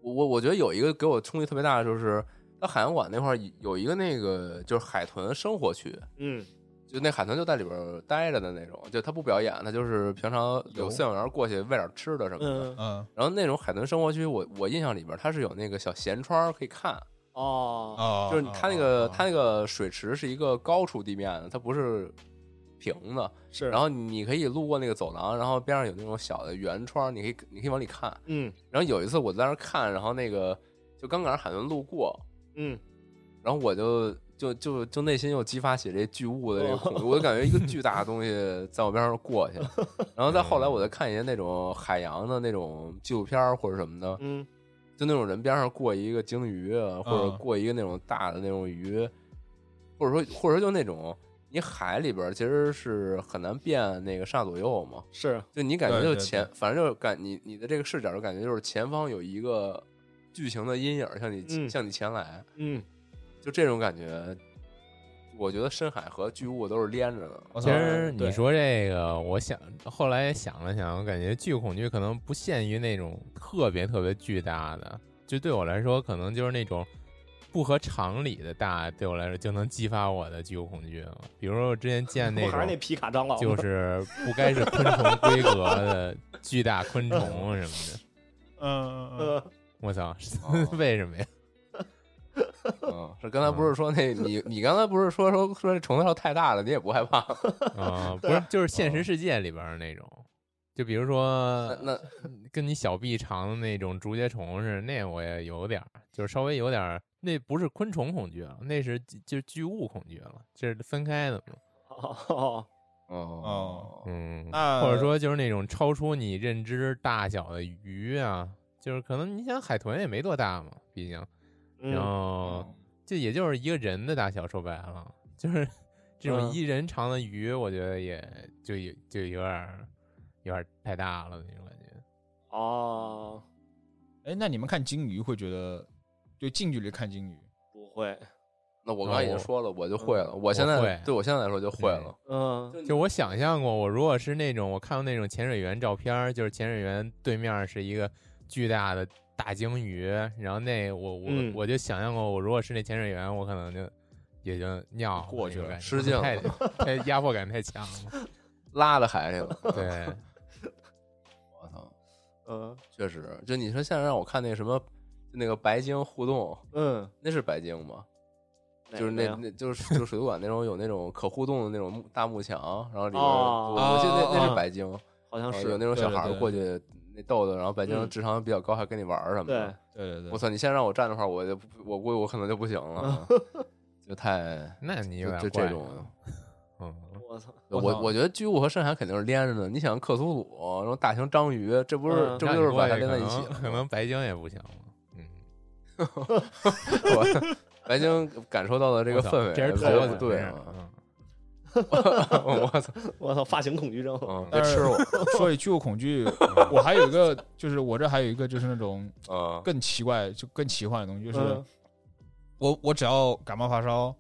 我我我觉得有一个给我冲击特别大的就是，在海洋馆那块儿有一个那个就是海豚生活区，嗯就那海豚就在里边儿待着的那种，就它不表演，它就是平常有游饲养员过去喂点吃的什么的。嗯嗯然后那种海豚生活区，我我印象里边儿它是有那个小舷窗可以看，哦，啊，就是它那个啊它那个水池是一个高出地面的，它不是平的，是，然后后你可以路过那个走廊，然后边上有那种小的圆窗，你可以你可以往里看。嗯然后有一次我在那儿看，然后那个就刚赶上海伦路过，嗯，然后我就就就就内心又激发起这巨物的这个恐 惧，我就感觉一个巨大的东西在我边上过去。然后再后来，我再看一些那种海洋的那种纪录片儿或者什么的，嗯就那种人边上过一个鲸鱼啊，或者嗯过一个那种大的那种鱼，或者说或者说就那种你海里边儿其实是很难变那个上左右嘛，是，就你感觉对就对前，反正就是感你你的这个视角就感觉就是前方有一个巨型的阴影向你、嗯向你前来，嗯就这种感觉。我觉得深海和巨物都是连着的，哦我其操，实你对说这个，我想后来也想了想，我感觉巨恐惧可能不限于那种特别特别巨大的，就对我来说，可能就是那种不合常理的大，对我来说就能激发我的巨恐惧了。比如说我之前见不那还是那种皮卡蟑螂吗，就是不该是昆虫规格的巨大昆虫什么 的，嗯嗯呃，我操哦， 为什么呀？嗯，是刚才不是说那你你刚才不是说说说这虫子要太大了，你也不害怕？ 啊，不是，就是现实世界里边儿那种，就比如说嗯 那那跟你小臂长的那种竹节虫似的，那我也有点儿，就是稍微有点儿，那不是昆虫恐惧了，啊那是就就是巨物恐惧了，这是分开的嘛。哦，哦哦嗯，啊那或者说就是那种超出你认知大小的鱼啊，就是可能你想海豚也没多大嘛，毕竟，然嗯后就也就是一个人的大小，说白了，就是这种嗯一人长的鱼，我觉得也就有就有点儿有点儿太大了那种感觉。哦，哎，那你们看鲸鱼会觉得，就近距离看鲸鱼，不会，那我刚哦才已经说了，我就会了。我现我在会对我现在来说就会了。嗯你就我想象过，我如果是那种我看过那种潜水员照片儿，就是潜水员对面是一个巨大的大鲸鱼，然后那我我、嗯我就想象过，我如果是那潜水员，我可能就也就尿过去了了，失禁了太太压迫感太强了。拉到海里了。对，我操，嗯确实，就你说现在让我看那什么，就那个白鲸互动，嗯，那是白鲸吗？哪就是个那呀那就是就水族馆那种有那种可互动的那种木大幕墙，然后里边哦我我记得哦那那哦是白鲸，好像然后是有那种对小对孩儿对过去那逗逗，然后白鲸嗯智商比较高，还跟你玩儿什么对的。，对对对，我操，你现在让我站的话，我就不我估计我可能就不行 了，就太那你有就点就怪这种。嗯，我操， 我我操我觉得巨物和深海肯定是连着的。你想克苏鲁，然后大型章鱼，这不是、嗯这不那就是你过把它去连在可一起能可了吗？能白鲸也不行了。嗯， 我白鲸感受到的这个我操氛围，这是我头觉发得对啊啊，，嗯我操，我操，发型恐惧哦症，啊嗯，别但是吃我，说起巨物恐惧，我还有一个，就是我这还有一个，就是那种嗯，更奇怪、就更奇幻的东西，就是嗯我我只要感冒发烧，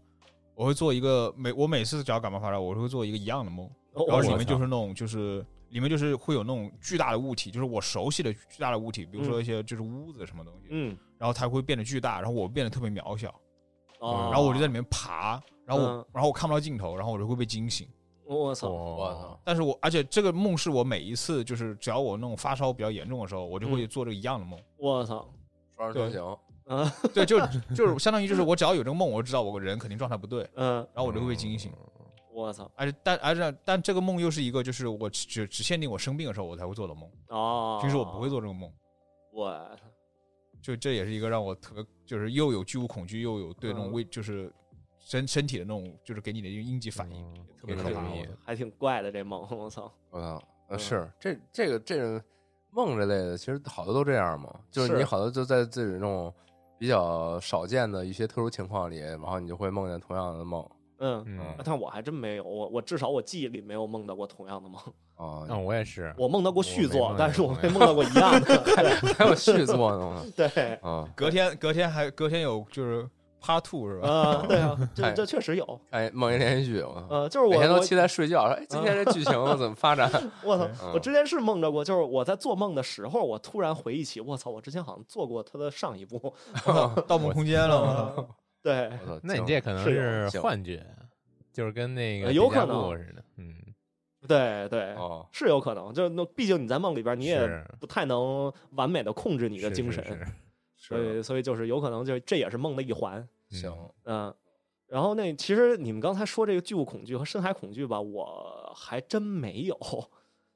我会做一个每我每次只要感冒发烧，我就会做一个一样的梦，然后我里面操就是那种就是里面就是会有那种巨大的物体，就是我熟悉的巨大的物体，比如说一些就是屋子什么东西，嗯，然后它会变得巨大，然后我变得特别渺小，哦，嗯然后我就在里面爬，然嗯后我然后我看不到尽头，然后我就会被惊醒。我操，我我操，但是我而且这个梦是我每一次就是只要我那种发烧比较严重的时候，我就嗯会做这个一样的梦。我操，双人成行，嗯对，就就是相当于就是我只要有这个梦，我就知道我人肯定状态不对，嗯，然后我就会被惊醒。我操，而且但而且但这个梦又是一个就是我只只只限定我生病的时候我才会做的梦，哦，平时我不会，做这个梦。我操，就这也是一个让我特别就是又有巨物恐惧，又有对那种嗯胃就是身身体的那种就是给你的应激反应，嗯特别挺可容怕。易我的还挺怪的这梦，我操，我操，呃嗯是这这个这个梦这类的，其实好多都这样嘛，就是你是好多就在自己那种比较少见的一些特殊情况里，然后你就会梦见同样的梦嗯。嗯但我还真没有，我我至少我记忆里没有梦到过同样的梦，啊，嗯，我也是，我梦到过续我作没梦到过，但是我没梦到过一样的。还有 续作呢我操对 对，啊。隔天隔天还隔天有就是 part two 是吧？呃，对啊，这哎这确实有，哎，梦一连续剧，我操呃，就是每我天都我期待睡觉，说哎，今天这剧情怎么发 展？我操！嗯我之前是梦着过，就是我在做梦的时候，我突然回忆起，我操，我之前好像做过他的上一部。 盗梦空间了吗？呃对，我操那你这可能是是啊行幻觉，就是跟那个呃有叠加可能物似的，嗯，对对，哦，是有可能，就是那毕竟你在梦里边，你也是不太能完美的控制你的是精是神，是所以所以就是有可能就这也是梦的一环。嗯行，嗯然后那其实你们刚才说这个巨物恐惧和深海恐惧吧，我还真没有，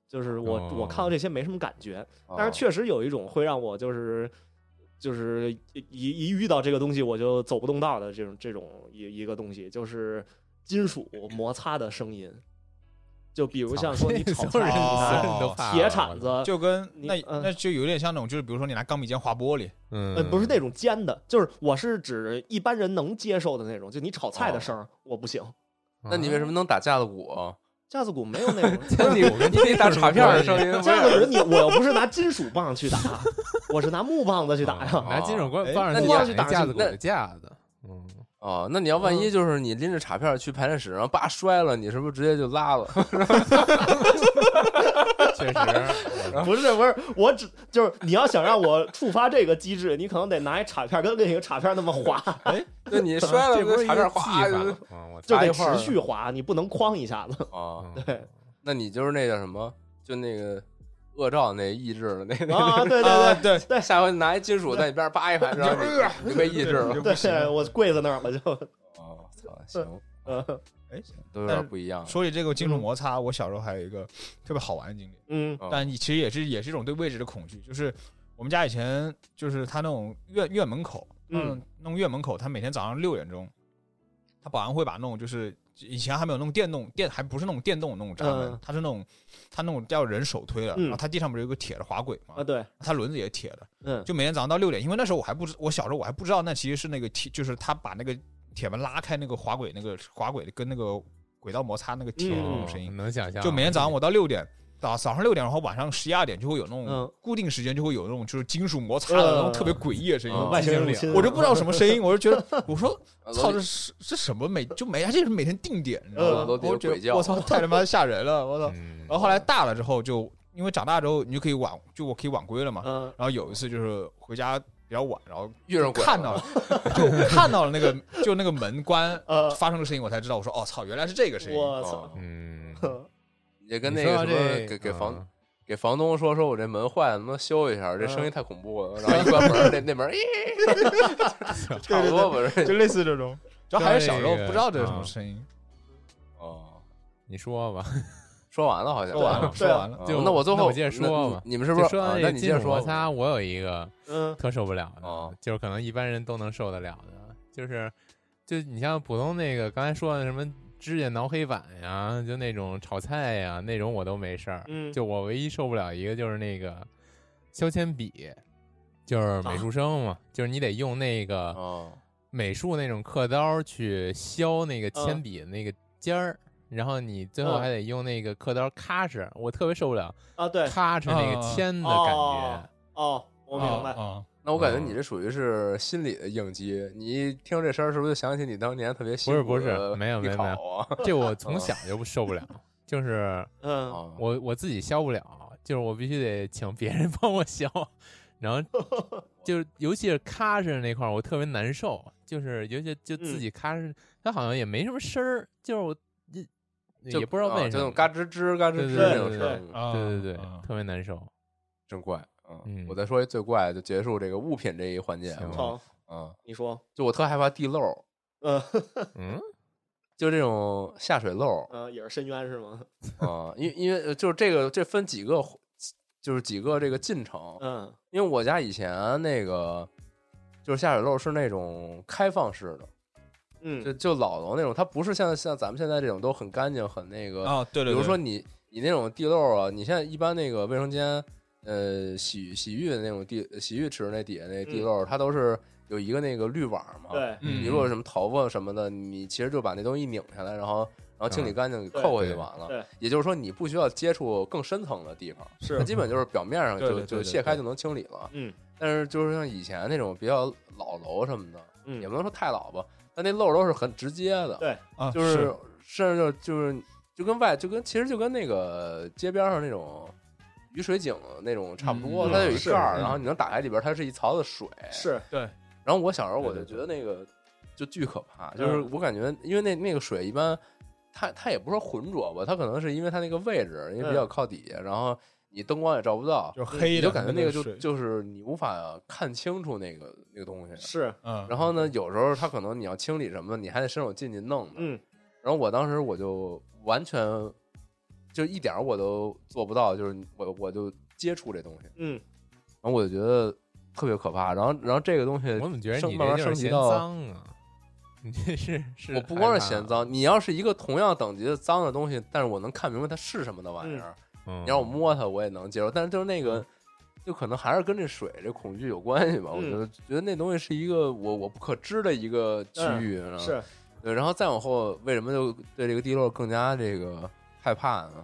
就是我、我哦看到这些没什么感觉，哦但是确实有一种会让我就是就是一一遇到这个东西我就走不动道的这种这种一一个东西，就是金属摩擦的声音，就比如像说 你炒所有人菜啊所有人都怕铁了铲子，就跟那你嗯那就有点像那种，就是比如说你拿钢笔尖划玻璃，嗯，呃，不是那种尖的，就是我是指一般人能接受的那种，就你炒菜的声儿，我不行。啊 那你为什么能打架子鼓？，架子鼓没有那种你你那打卡片的声音，架子鼓你我又不是拿金属棒去打，我是拿木棒子去打呀。哦拿金属棍哎棒哦那上去你打那要去打架进子鼓那的架子， 嗯，哦，那你要万一就是你拎着卡片去排练室，然后叭摔了，你是不是直接就拉了？确实，啊不是不是，我只就是你要想让我触发这个机制，你可能得拿一卡片跟另一个卡片那么划，对你摔了，这不是跟一卡个片技哗就法，嗯我就打一得会儿持续划，你不能哐一下子。哦，对， 那你就是那叫什么？就那个恶兆那抑制了那那啊，对对啊对对，那 下回拿一金属在你边上叭一拍，然后你就被抑制了。就不 行对，我跪在那儿了就，哦，操，行，呃哎，都有点不一样。说起这个金属摩擦，我小时候还有一个特别好玩的经历，嗯哦但其实也是也是一种对位置的恐惧，就是我们家以前就是他那种院院门口，嗯，弄院门口，他每天早上六点钟，他保安会把那种就是以前还没有弄电动电，还不是那种电动那种闸门嗯，他是那种他那种叫人手推的，嗯然后他地上不是有个铁的滑轨嘛啊，对，他轮子也铁的，嗯就每天早上到六点，因为那时候我还不知，我小时候我还不知道那其实是那个铁，就是他把那个铁门拉开，那个滑轨那个滑轨跟那个轨道摩擦那个嗯铁的那种声音，能想象，就每天早上我到六点。早早上六点，然后晚上十一二点就会有那种嗯固定时间，就会有那种就是金属摩擦的那种嗯特别诡异的声音。嗯外星人入侵，我就不知道什么声音，我就觉得，我说啊操，这是这什么每就每而且是每天定点，你知道嗯吗楼？底我有觉鬼叫得我操，太他妈吓人了，我操！嗯，然后后来大了之后就，因为长大之后你就可以晚，就我可以晚归了嘛。嗯。然后有一次就是回家比较晚，然后遇上鬼看到了，就看到了那个就那个门关呃发生的声音，我才知道，我说哦操，原来是这个声音。我操哦！嗯，也跟你那说个到什这么给给嗯房给房东说说我这门坏了，能不能修一下？这声音太恐怖了。然后一关门，那那门，咦 差不多不 是就类似这种，主要还是小时候不知道这是什么声 音。哦。你说吧，说完了好像，说完 啊了，说完了，哦就那我最那后我接着说那吧你你们是不是就？说啊到这那个你接金属着说摩。擦，我有一个嗯特受不了的，哦就是可能一般人都能受得了的，就是就你像普通那个刚才说的什么指甲挠黑板呀，就那种炒菜呀那种我都没事儿，嗯就我唯一受不了一个就是那个削铅笔，就是美术生嘛，就是你得用那个哦，美术那种刻刀去削那个嗯铅笔的那个尖儿。然后你最后嗯还得用那个刻刀咔哧，我特别受不了啊，对，咔哧那个铅的感觉哦。哦，我明白，啊那我感觉嗯你这属于是心理的应激。你一听这声儿，是不是就想起你当年特别辛苦不是不是的没有没有艺考 啊？这我从小就不受不了，就是嗯，哦我我自己削不了，就是我必须得请别人帮我削，然后 就是尤其是咔哧那块儿，我特别难受，就是尤其就嗯自己咔哧，它好像也没什么声儿，就是我也就也不知道为啊什就那么种，嘎吱吱嘎吱对吱对那种对声音，啊！对对对啊，特别难受。真怪。嗯嗯，我再说一最怪，就结束这个物品这一环节。行好，嗯，你说，就我特害怕地漏，嗯嗯，就这种下水漏嗯，也是深渊是吗？啊，因因为就是这个这分几个，就是几个这个进程。嗯因为我家以前那个就是下水漏是那种开放式的，就嗯就老楼那种，它不是像像咱们现在这种都很干净很那个。啊，对比对，如对说你你那种地漏啊，你现在一般那个卫生间，呃，洗洗浴的那种地洗浴池那底下那地嗯漏，它都是有一个那个滤网嘛。。对，嗯你如果有什么头发什么的，你其实就把那东西拧下来，然后然后清理干净给扣回去对完了。对也就是说，你不需要接触更深层的地方，是它基本就是表面上对就对对就对卸开就能清理了。嗯但是就是像以前那种比较老楼什么的，也不嗯能说太老吧，但那漏都是很直接的，对啊，就是是甚至就就是就跟外就跟其实就跟那个街边上那种雨水井那种差不多，嗯它有一是盖儿，嗯然后你能打开里边，它是一槽子水。。是，对，然后我小时候我嗯对就对嗯觉得那个就巨可怕，就是我感觉因为那那个水一嗯般，它它也不是说浑浊吧，它可能是因为它那个位置，因为比较靠底下，然后你灯光也照不到，就是黑的你就感觉那个就那个水就是你无法看清楚那个那个东西。是，嗯， 然后呢，有时候它可能你要清理什么的，你还得伸手进去弄呢。嗯，然后我当时我就完全就一点儿我都做不到，就是我我就接触这东西，嗯，然后我就觉得特别可怕。然后然后这个东西我怎么觉得呃升你慢这慢就是升级嫌到脏啊？你这是是我不光害是怕啊嫌，脏，你要是一个同样等级的脏的东西，但是我能看明白它是什么的玩意儿，嗯你让我摸它，我也能接受。但是就是那个，就可能还是跟这水这恐惧有关系吧。我嗯觉得觉得那东西是一个我我不可知的一个区域，嗯然后是，对。然后再往后，为什么就对这个地漏更加这个害怕呢？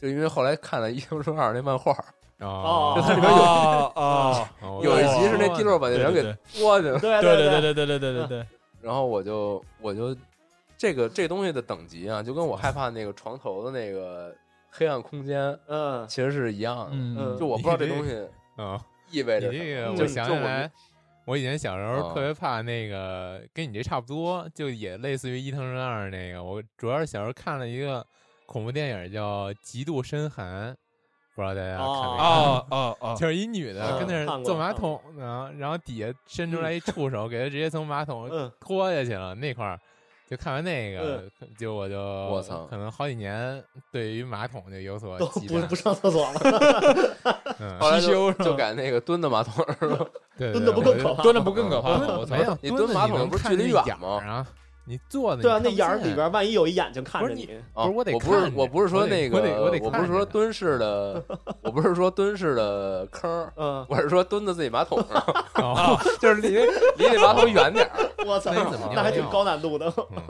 就因为后来看了《一零六二》那漫画，哦哦里边有 啊，哦有一集是那地漏把那对人对给拖去了，对对对对对对对对对对对，然后我就我就这个这东西的等级啊，就跟我害怕那个床头的那个黑暗空间嗯，其实是一样的。嗯，就我不知道这东西啊，意味你着这什个我想么，就起就我来，我以前小时候啊特别怕那个，跟你这差不多，就也类似于伊藤润二那个。我主要是小时候看了一个恐怖电影叫《极度深寒》，不知道大家看没看？ 哦哦 哦，就是一女的啊跟那看儿过坐马桶呢，然后底下伸出来嗯一触手，给她直接从马桶嗯拖下去了。那块儿就看完那个，就我就我操可能好几年对于马桶就有所都忌不惮不。上厕所了， 嗯后来貔貅 就是吧就改那个蹲的马桶儿是吧？对蹲对的不我够就可怕。蹲着不更可怕 吗？我操没，有你蹲蹲着马你桶能不是看距离那远眼吗儿啊，你坐的对啊，你那看不眼儿见里边万一有一眼睛看不着是你，啊不是我得我不是看着我不是说我得那个我得我得不是说看着蹲式 的，我不是说蹲式的坑儿，嗯，我是说蹲在自己马桶上，哦， 就是离离那马桶远点 儿。 我操，那你怎么那还挺尿高难度的，嗯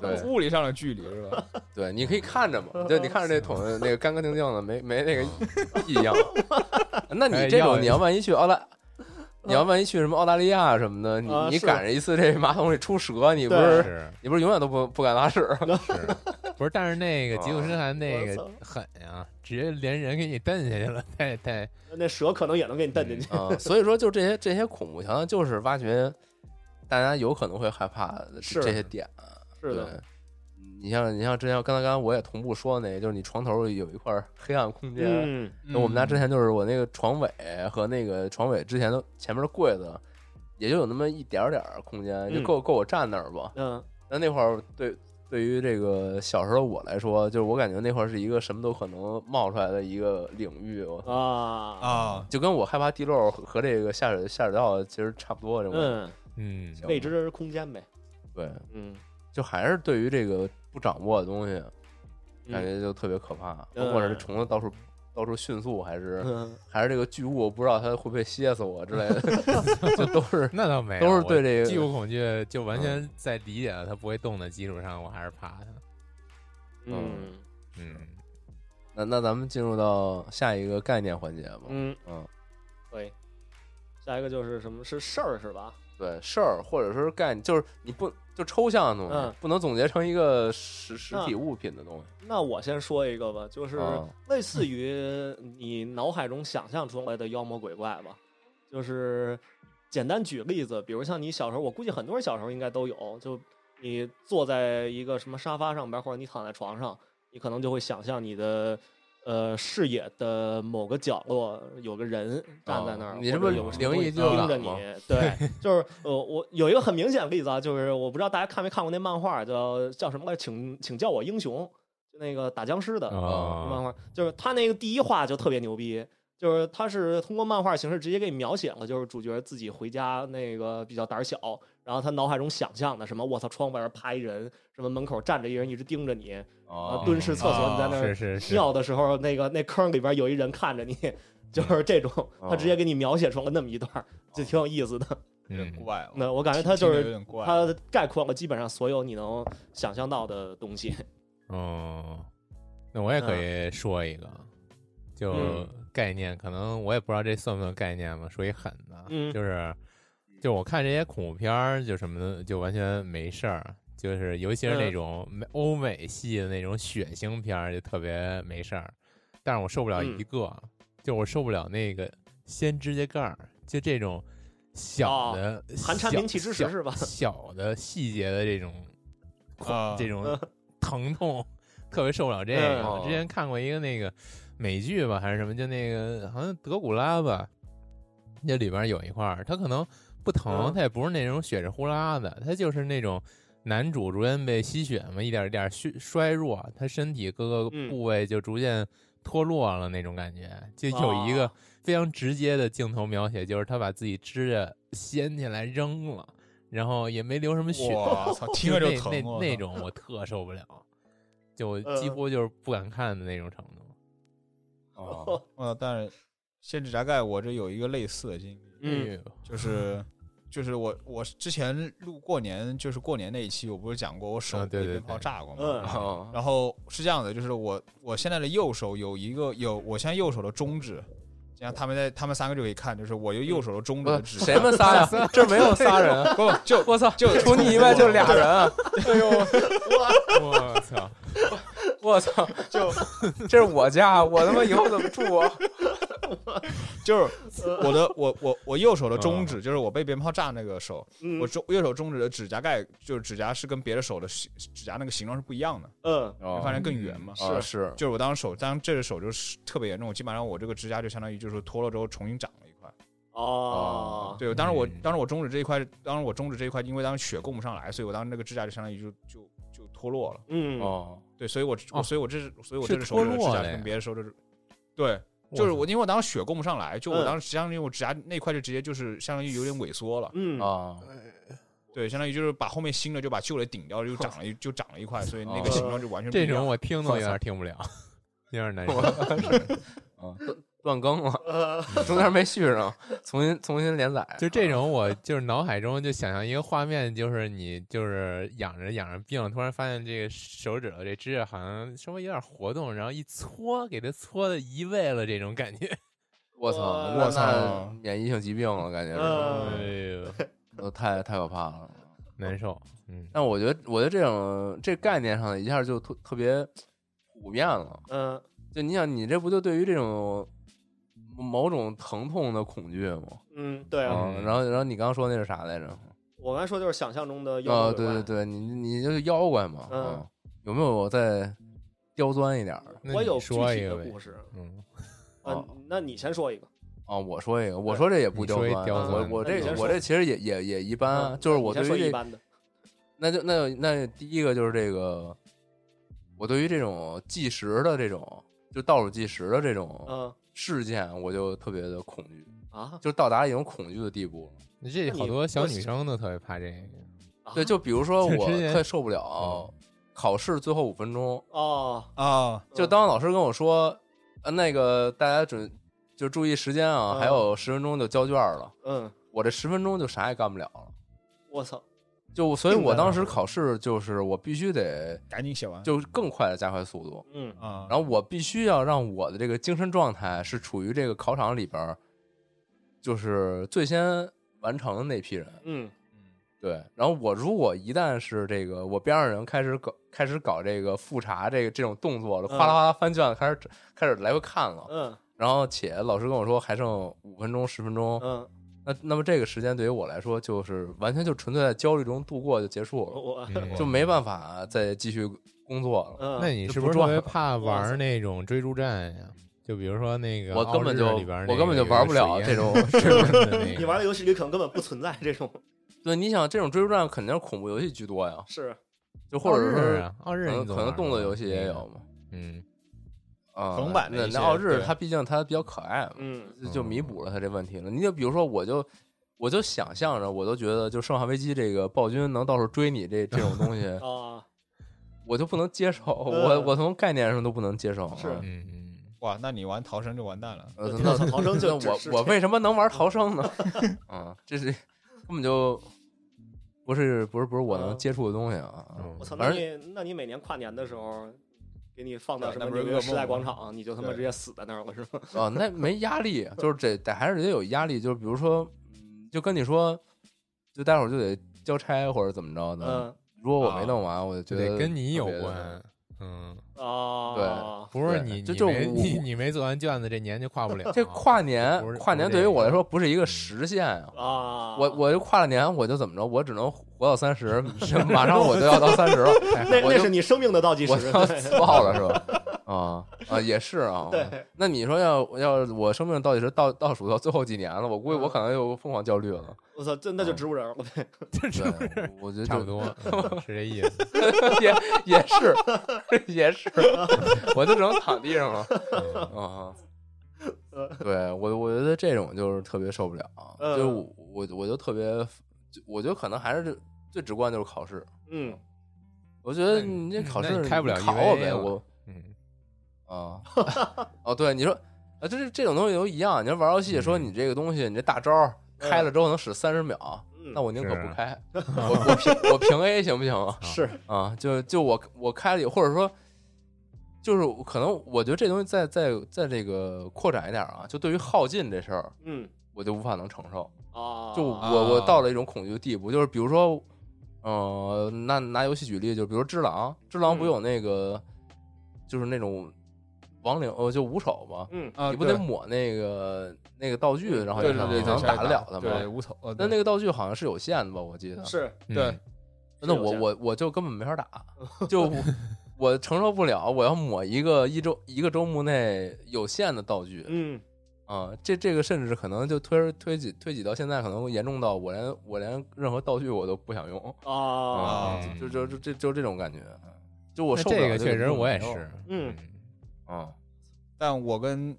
对物理上的距离是吧？对，你可以看着嘛，就你看着那桶那个干干净净的，没没那个 异样。那你哎这要种你要万一去澳大，你要万一去什么澳大利亚什么的，你啊你是赶上一次这马桶里出蛇，你不对是是你不是永远都不不敢拉屎？是，不是？但是那个《极哦速深寒》那我个操狠呀，直接连人给你蹬下去了， 太太那蛇可能也能给你蹬进去。啊，所以说就这些这些恐怖桥段，就是挖掘大家有可能会害怕的是这些点。是的，对，嗯你像你像之前刚才刚才我也同步说那个，就是你床头有一块 黑暗空间。嗯那我们家之前就是我那个床尾和那个床尾之前的前面的柜子，也就有那么一点儿点儿空间，就嗯够够我站那儿吧。嗯那那会儿对对于这个小时候我来说，就是我感觉那会儿是一个什么都可能冒出来的一个领域。哦嗯我啊啊，啊，就跟我害怕地漏和和这个下水下水道其实差不多，这种感觉嗯，嗯，未知空间呗，对，嗯就还是对于这个不掌握的东西，嗯感觉就特别可怕，嗯包括这虫子到处到处迅速，还是嗯还是这个巨物，不知道它会不会歇死我之类 的，就都 是那倒没有，都是对这个嗯我巨物恐惧，就完全在理解它不会动的基础上，我还是怕它。嗯嗯，那那咱们进入到下一个概念环节吧。嗯，嗯，可以。下一个就是什么是事儿是吧？对，事儿或者说是概念，就是你不就抽象的东西嗯，不能总结成一个实实体物品的东西。那我先说一个吧，就是啊类似于你脑海中想象出来的妖魔鬼怪吧，就是简单举例子，比如像你小时候，我估计很多人小时候应该都有，就你坐在一个什么沙发上边，或者你躺在床上，你可能就会想象你的呃视野的某个角落有个人站在那儿，哦你这不或者有个灵异东西就盯着感你吗？ 对，就是呃，我有一个很明显的例子啊，就是我不知道大家看没看过那漫画叫叫什么来，请请叫我英雄，就那个打僵尸嗯的。漫哦，画，就是他那个第一话就特别牛逼，就是他是通过漫画形式直接给你描写了，就是主角自己回家那个比较胆小，然后他脑海中想象的什么，我操，窗外边趴一人，什么门口站着一人一直盯着你，啊哦，蹲式厕所你在那是儿是是，尿的时候，那个那坑里边有一人看着你， 就是这种，哦他直接给你描写成了那么一段儿，就挺有意思的。有点嗯怪哦，那我感觉他就听着有是点怪，他概括了基本上所有你能想象到的东西。哦，那我也可以说一个，就嗯概念，可能我也不知道这算不算概念吧，说一狠的，嗯就是就我看这些恐怖片儿，就什么的，就完全没事儿。就是尤其是那嗯种美欧美系的那种血腥片儿，就特别没事儿。但是我受不了一嗯个，就我受不了那个掀指甲盖儿，就这种小哦的寒蝉小鸣泣之时小是吧小的细节的这种啊这种疼痛，特别受不了这个。嗯我之前看过一个那个美剧吧还是什么，就那个好像德古拉吧，那里边有一块儿，他可能不疼嗯，他也不是那种血着呼啦的，他就是那种男主逐渐被吸血嘛，一点一点衰衰弱，他身体各个嗯部位就逐渐脱落了那种感觉，就有一个啊非常直接的镜头描写，就是他把自己指甲掀起来扔了，然后也没流什么血，我操，听着就就疼那。我那嗯操那种我特受不了，就 我呃几乎就是不敢看的那种程度。 哦，呃，但是《限制炸盖》我这有一个类似的经历，嗯哎呦，就是就是我我之前录过年，就是过年那一期，我不是讲过我手啊对被对鞭炮对炸过吗？嗯哦，然后是这样的，就是我我现在的右手有一个有我现在右手的中指，这样他们在他们三个就可以看，就是我有右手的中指的不指是嗯甲，谁们 仨呀？这没有仨人啊，不就我操，就除你以外就俩人啊， 哎呦， 我操！我操，就这是我家，我他妈以后怎么住啊？ 就是 我的我我我右手的中嗯指，就是我被鞭炮炸那个手，嗯我中右手中指的指甲盖就是指甲是跟别的手的形指甲那个形状是不一样的，嗯会发现更圆嘛。啊哦是就是我当时手，当时这个手就是特别严重，我基本上我这个指甲就相当于就是脱了之后重新长了一块。哦，对，当时我嗯当时我中指这一块，当时我中指这一块，因为当时血供不上来，所以我当时那个指甲就相当于就就就脱落了。嗯哦，对，所以我哦所以我这所以我是这只手指的指脱落甲了呀跟别的手指，对，就是我操因为我当时血供不上来，就我嗯当时相当于我指甲那块就直接就是相当于有点萎缩了，嗯啊，对，相当于就是把后面新的就把旧的顶掉了，就长了一就长了一块，所以那个哦形状就完全不这一样种我听都有点听不了，有点难受。啊断断更了，呃 中间没续上，重新重新连载，就这种，我就是脑海中就想象一个画面，就是你就是养着养着病，突然发现这个手指头这指甲好像稍微有点活动，然后一搓，给它搓的移位了，这种感 觉。我操，我那操那免疫性疾病了，感觉是哎嗯呦，都太太可怕了。 难受。嗯，但我觉得，我觉得这种这概念上一下就特特别普遍了。嗯就你想，你这不就对于这种某种疼痛的恐惧吗？嗯，对啊，嗯，然后然后你刚刚说那是啥来着？我刚才说就是想象中的妖哦，魔鬼对怪对对，你你就是妖怪嘛。嗯嗯，有没有再刁钻一点儿？那我你有具说体一的个呗故。事，嗯，嗯哦，那你先说一个，哦，我说一个，我说这也不你说一钻，啊刁钻我我的那这你先我说这其实也也也一般，嗯就是你我先对说于一这，般的，那就那就那第一个就是这个，我对于这种计时的这种，就倒数计时的这种嗯事件，我就特别的恐惧，啊就到达一种恐惧的地步了。你这那好你多小我女生都特别 怕这个。啊 嗯对，就比如说就我之前特受不了考试最后五分钟，哦，啊，就当老师跟我说，呃，那个大家准就注意时间啊，嗯还有十分钟就交卷了。嗯，我这十分钟就啥也干不了了，我操，就所以，定在我那儿当时考试就是我必须得赶紧写完就更快的加快速度，嗯啊，然后我必须要让我的这个精神状态是处于这个考场里边儿，就是最先完成的那批人。嗯对，然后我如果一旦是这个我边上人开始搞开始搞这个复查这个这种动作了，哗啦哗啦翻卷子，开始开始来回看了，嗯然后且老师跟我说还剩五分钟十分钟，嗯，那那么这个时间对于我来说就是完全就纯粹在焦虑中度过就结束了，我嗯就没办法再继续工作了。嗯，那你就是不不是特转别了怕哇塞玩那种追逐战呀？就比如说那个我根本就奥日里边那个我根本就玩不了这种有一个水淹的 那个你玩的游戏里可能根本不存在这种，对，你想这种追逐战肯定是恐怖游戏居多呀，是就或者奥日是啊，奥可日能你总可能玩动过作游戏也那个有嘛。嗯，啊，横版的那一那些奥日对它毕竟它比较可爱嘛，嗯，就就弥补了它这问题了。你就比如说，我就我就想象着，我都觉得就《生化危机》这个暴君能到处追你这这种东西啊，我就不能接受，我嗯我从概念上都不能接受啊。是嗯嗯，哇，那你玩逃生就完蛋了。 呃，那那逃生就那只我是我这嗯为什么能玩逃生 呢？啊，这是根本就不是不是不是我能嗯接触的东西啊！嗯我操，那反你那你每年跨年的时候。给你放到对什那么不是纽约噩时代梦广吗场，你就他妈对直接死在那儿了，是吗？啊，那没压 力，就是得得还是得有压力，就是比如说，嗯就跟你说，就待会儿就得交差或者怎么着的。嗯如果我没弄完，我就就觉得得啊跟你有特别的关。嗯，啊，不是对你，就你就没我你你没做完卷子，这年就跨不了。这跨不年，是跨不是年啊这对于个我嗯来说不是一个实现啊。啊，我我就跨了年，我就怎么着，我只能活到三 十，马上我就要到三十了，那我那就是你生命的倒计时我，要对 自爆了是吧？啊啊，也是啊。对，那你说要要我生命到底是倒倒数到最后几年了，我估嗯计我可能又疯狂焦虑了。我操，这那嗯就植物人了 呗。对，我觉得差不 就多嗯是这意思。也也是也是， 我就只能躺地上了。嗯 啊，对我我觉得这种就是特别受不了，嗯就是我我我就特别，就我觉得可能还是最直观就是考试。嗯，我觉得那你你这考那试你开不了你考我 EVA 呗，了我嗯，啊哦对，你说啊，就是这种东西都一样。你要玩游戏，说你这个东西，你这大招儿开了之后能使三十秒，那我我宁可不是开，我我平我平 A 行不行啊？嗯是啊，就就我我开了以，或者说，就是可能我觉得这东西再再再这个扩展一点啊，就对于耗尽这事儿，嗯我就无法能承受。啊，就啊我我到了一种恐惧的地步，就是比如说，呃，那拿游戏举例，就比如《只狼》，《只狼》不嗯有那个、就是那种亡灵，呃，就无手嘛，嗯啊，你不得抹那个那个道具，然后对你对对，才能对打得了它对，吗？无头。呃但那对个道具好像是有限的吧，我记得是对嗯，那是有我这样我我就根本没 法打，就我我承受不了，我要抹一个一周一个周目内有限的道具嗯啊、这这个甚至是可能就推推挤推挤到现在，可能严重到我连我连任何道具我都不想用啊啊、嗯就就就就就这种感觉，嗯就我那受不了这个确实我也没用是， 嗯嗯但我跟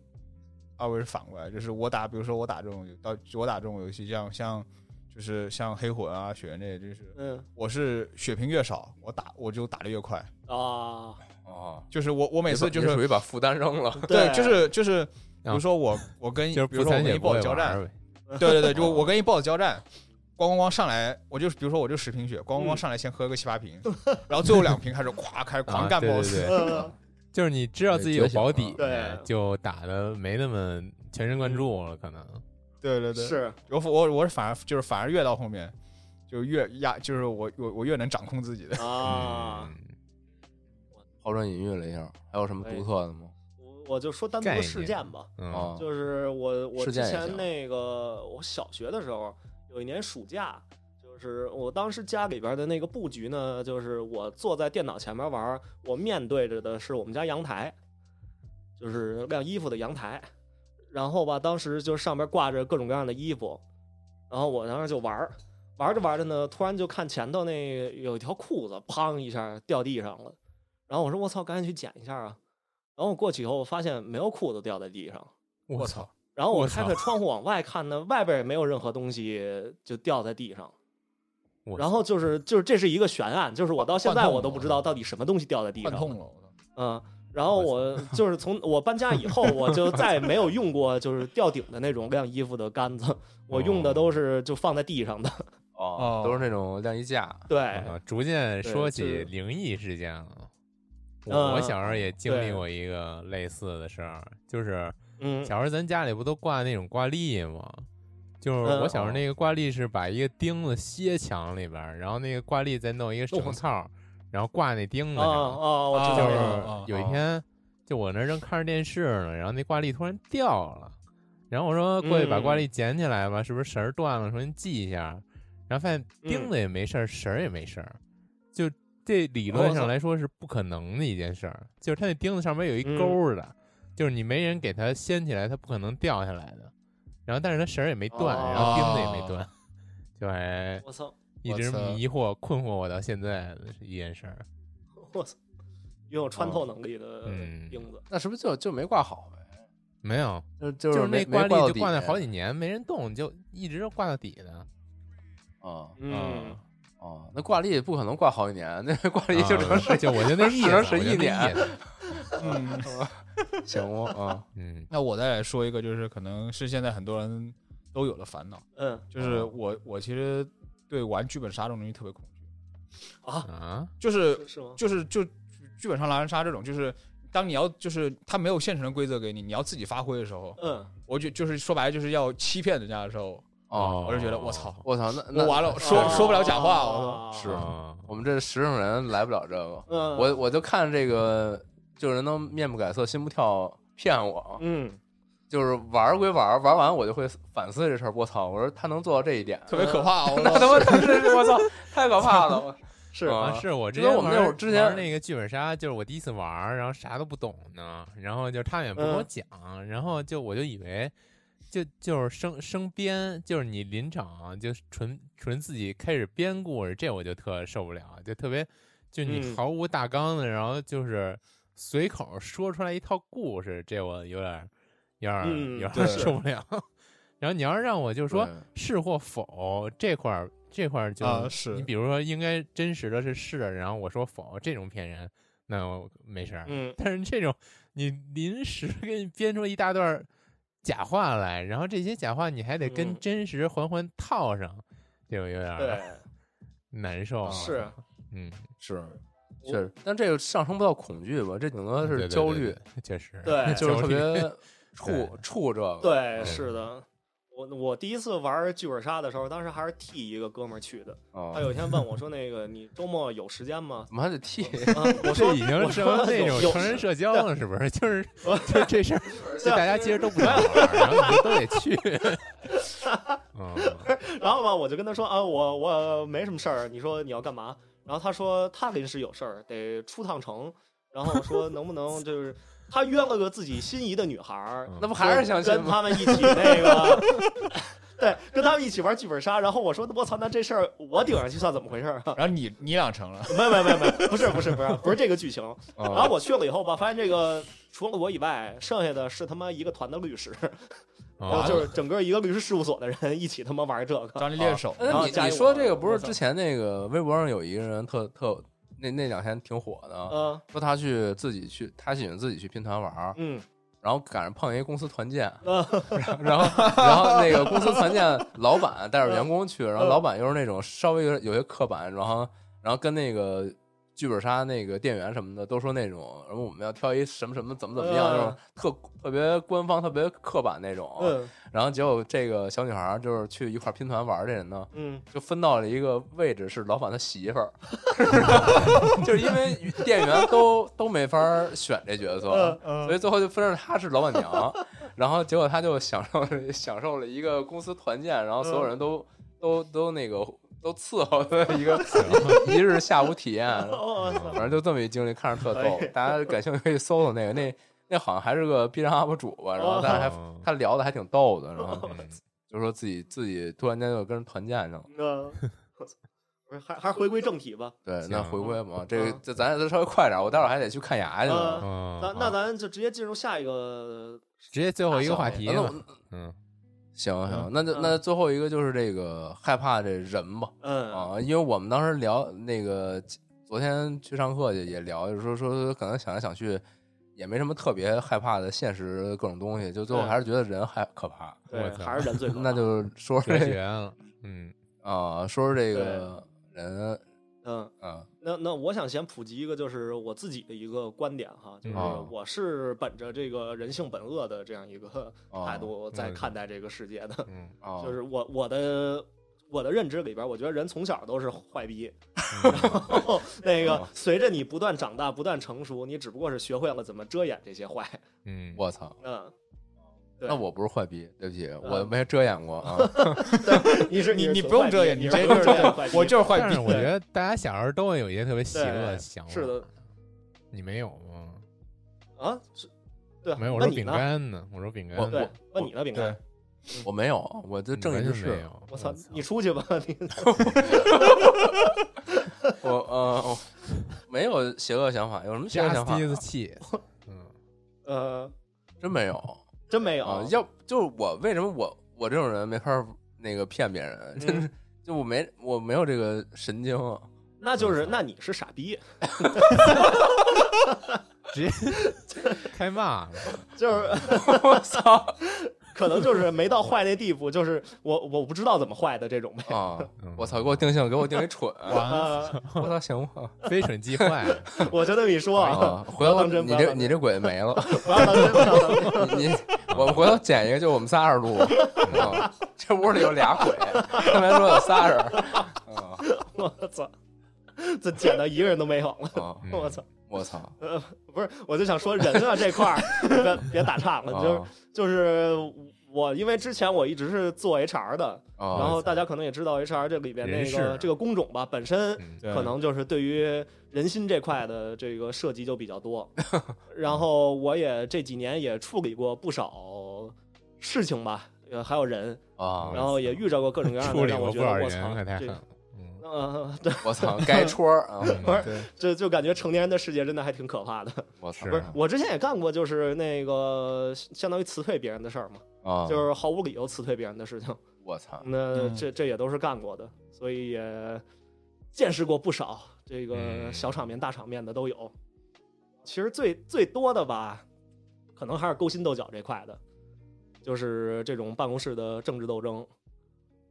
二位是反过来，就是我打，比如说我打这种游，到我打这种游戏，像像就是像黑魂啊、雪原这些，就是嗯我是血瓶越少，我打我就打的越快，啊，哦，就是我我每次你就你是属于把负担 扔了，对，就是就是，比啊如说我我跟就是比如不说我参跟也一不 BOSS 会交战玩，呗。对对对，就我跟一 BOSS 交战，咣咣咣上来，我就比如说我就十瓶血，咣嗯咣咣上来先喝个七八瓶，然后最后两瓶开始咵开始狂啊干对对 BOSS，对嗯就是你知道自己有保底，对觉醒了就打的没那么全神贯注了，可能。 对对对，是我我我是反而就是反而越到后面，就越压，就是我我我越能掌控自己的。啊，嗯，抛砖引玉了一下，还有什么独特的吗？我我就说单独概的念事件吧，嗯啊，就是我我事之件也前行那个我小学的时候有一年暑假，就是我当时家里边的那个布局呢，就是我坐在电脑前面玩儿，我面对着的是我们家阳台，就是晾衣服的阳台，然后吧，当时就上边挂着各种各样的衣服，然后我当时就玩儿。玩着玩着呢，突然就看前头那个有一条裤子，砰一下掉地上了。然后我说：“我操，赶紧去捡一下啊！”然后我过去以后，发现没有裤子掉在地上，我我操！然后我我开操开窗户往外看呢，外边也没有任何东西就掉在地上我。然后就是就是这是一个悬案，就是我到现在换痛我都不知道到底什么东西掉在地换上痛了。了，我操！嗯，然后我就是从我搬家以后，我就再也没有用过就是吊顶的那种晾衣服的杆子，我用的都是就放在地上的。哦哦都是那种晾衣架，对，啊逐渐说对起就灵异事件了。嗯我我小时候也经历对过一个类似的事儿，就是嗯，小时候咱家里不都挂那种挂历吗？就是嗯我小时候那个挂历是把一个钉子掖墙里边儿，然后那个挂历再弄一个绳套儿，然后挂那钉子哦上。哦，我知就道是了。哦有一天，就我那儿正看着电视呢，然后那挂历突然掉了，然后我说过去把挂嗯历捡起来吧，是不是绳儿断了？说你系一下，然后发现嗯钉子也没事儿，绳儿也没事儿，就这理论上来说是不可能的一件事儿，就是它那钉子上面有一嗯钩儿的，就是你没人给它掀起来，它不可能掉下来的。然后但是它绳儿也没断，哦然后钉子也没断，就还我操，一直我操迷惑困惑我到现在的一件事儿。我操，拥有穿透能力的嗯钉子。那是不是就就没挂好呗？没有，就就就是是那没挂没历到就底挂了好几年，没人动，就一直都挂到底 的。啊。嗯，哦，那挂历不可能挂好几年，那挂历就啊成 是就我就那意思，只能是我就一那年意思嗯，行吗？ 啊，嗯， 那我再来说一个，就是可能是现在很多人都有的烦恼，嗯就是哦我我其实对玩剧本杀这种东西特别恐惧，啊， 啊，就是是是吗？就是就剧本杀狼人杀这种，就是当你要就是他没有现成的规则给你，你要自己发挥的时候，嗯，我就就是说白了就是要欺骗人家的时候，哦，我就觉得我操，我操，那我那哦完了，说啊说不了假话，我是啊，我们这十种人来不了这个，嗯，我我就看这个，就人能面不改色心不跳骗我，嗯，就是玩儿归玩儿，玩儿完我就会反思这事儿。我操，我说他能做到这一点，特别可怕，我 那他妈真是我操，太可怕了！我是啊啊，是我之因为前我们那玩会儿之前玩那个剧本杀，就是我第一次玩儿，然后啥都不懂呢，然后就他们也不跟我嗯讲，然后就我就以为就就是生生编，就是你临场就纯纯自己开始编故事，这我就特受不了，就特别就你嗯毫无大纲的，然后就是随口说出来一套故事，这我有点儿有点儿嗯有点对儿 受不了。然后你要让我就说对是或否这块儿，这块儿就啊是你比如说应该真实的是是，然后我说否，这种骗人，那我没事儿。嗯， 但是这种你临时给你编出一大段儿假话来，然后这些假话你还得跟嗯真实环环套上，这个有点对儿，难哦受啊。哎是，嗯，是，确实，但这个上升不到恐惧吧，这顶多对是对焦对虑，对确实，对就是焦特虑别 怵怵这个。对，是的。我我第一次玩剧本杀的时候，当时还是替一个哥们儿去的。啊他，有一天问我说：“那个你周末有时间吗 怎么还得替？？”啊我这说已经我成说那种有成人社交了，是不是？就是 我就这事儿，就对啊大家其实都不想玩儿，然后你们都得 去。嗯，然后吧，我就跟他说啊，我我没什么事儿，你说你要干嘛？然后他说他临时有事儿，得出趟城。然后我说能不 能就是他约了个自己心仪的女孩儿，嗯那不哦还是相亲跟吗？他们一起那个， 对，跟他们一起玩剧本杀。然后我说我操，那这事儿我顶上去算怎么回事儿啊？然后你你俩成了，没没没没，不是不是不是不是这个剧情。哦然后啊，我去了以后吧，发现这个除了我以外，剩下的是他妈一个团的律师，然后啊，就是整个一个律师事务所的人一起他妈玩这 个。张力猎手，那然后你加你一说我这个不我是操之前那个微博上有一个人特特那那两天挺火哦的，嗯说他去自己去，他喜欢自己去拼团玩儿，嗯然后赶上碰一个公司团 建，嗯然后，然后那个公司团建，老板带着员工嗯去，然后老板又是那种稍微有有些刻板，然后，然后跟那个剧本杀那个店员什么的都说那种，然后我们要挑一什么什么怎么怎么样，嗯那种特特别官方、特别刻板那哦种。嗯然后结果这个小女孩儿就是去一块儿拼团玩儿这人呢，嗯。就分到了一个位置是老板的媳妇儿， 就是因为店员都都没法儿选这角色。嗯嗯所以最后就分成她是老板娘，然后结果她就享受了享受了一个公司团建，然后所有人都、都都那个都伺候的一个 一日下午体验，哦，反正就这么一经历，看着特逗哎。大家感兴趣可以搜搜那个，那那好像还是个 B 站 UP 主吧，然后他还、哦他聊的还挺逗的，然 后嗯就说自己自己突然间就跟人团建去了。那不是还还是回归正题吧？对，那行回归嘛，这个嗯这咱也得稍微快点，我待会儿还得去看牙去呢。嗯嗯那那咱就直接进入下一个，直接最后一个话题那我嘛，嗯，行行嗯，那就那最后一个就是这个害怕这人吧哦嗯啊，因为我们当时聊那个昨天去上课去也聊，就是说说可能想来想去也没什么特别害怕的现实各种东西，就最后嗯还是觉得人害可怕。对我，操还是人最可 怕。那就是说说哲这学了， 嗯，啊，说说这个人，嗯，嗯那那我想先普及一个，就是我自己的一个观点哈，就是哦嗯我是本着这个人性本恶的这样一个哦态度在嗯看待这个世界的，嗯，啊，哦就是我我的。我的认知里边，我觉得人从小都是坏逼。嗯 那个哦随着你不断长大、不断成熟，你只不过是学会了怎么遮掩这些坏。嗯，我操，嗯，对嗯那我不是坏逼，对不起，我没遮掩过啊。你是你是你从不用坏遮逼掩，你是直接就是从坏这样坏，逼我就是坏但逼是。我觉得大家小时候都会有一些特别邪恶的对想法，是的你没有吗？啊，是，对啊，没有，我那说你饼呢？干呢，我说饼干，对，问你呢，饼对干。，我没有，我这正义完之全士没有，嗯我操，你出去吧，你 我呃，我没有邪恶想法，有什么邪恶加想法？斯气，嗯，呃，真没有真没有啊。要就是我为什么我我这种人没法儿那个骗别嗯人，真是就我没我没有这个神经啊。那就是那你是傻 逼，直接开骂了，就是我操 可能就是没到坏那地步，就是我我不知道怎么坏的这种呗。啊嗯！我操，给我定性，给我定一蠢，啊，我操，行吗？非蠢 即坏，我就这么一说啊，啊，不回要头当真，你不要这当你真，这鬼没了， 不要当真，不要当真。你你我回头捡一个，就我们仨人录。啊这屋里有俩鬼，刚才说有仨人。啊我操，这捡到一个人都没有了。啊！嗯我操，我操！呃，不是，我就想说人啊这块儿，别别打岔了，就是啊就是我我因为之前我一直是做 HR 的，哦然后大家可能也知道 HR 这里边人那事啊个这个工种吧，本身嗯对可能就是对于人心这块的这个涉及就比 较多。然后我也这几年也处理过不少事情吧，呃，还有人，啊，然后也遇着过各种各样哦 处的理让过我不觉得少我人，操可太狠这了。嗯，呃，对，我操，该戳儿 啊，嗯对，这就感觉成年人的世界真的还挺可怕的。我操，是啊不是，啊我之前也干过，就是那个相当于辞退别人的事儿嘛，哦啊，就是毫无理由辞退别人的事情。我啊操，那嗯这这也都是干过的，所以也见识过不少这个嗯小场面、大场面的都有。其实最最多的吧，可能还是勾心斗角这块的，就是这种办公室的政治斗争。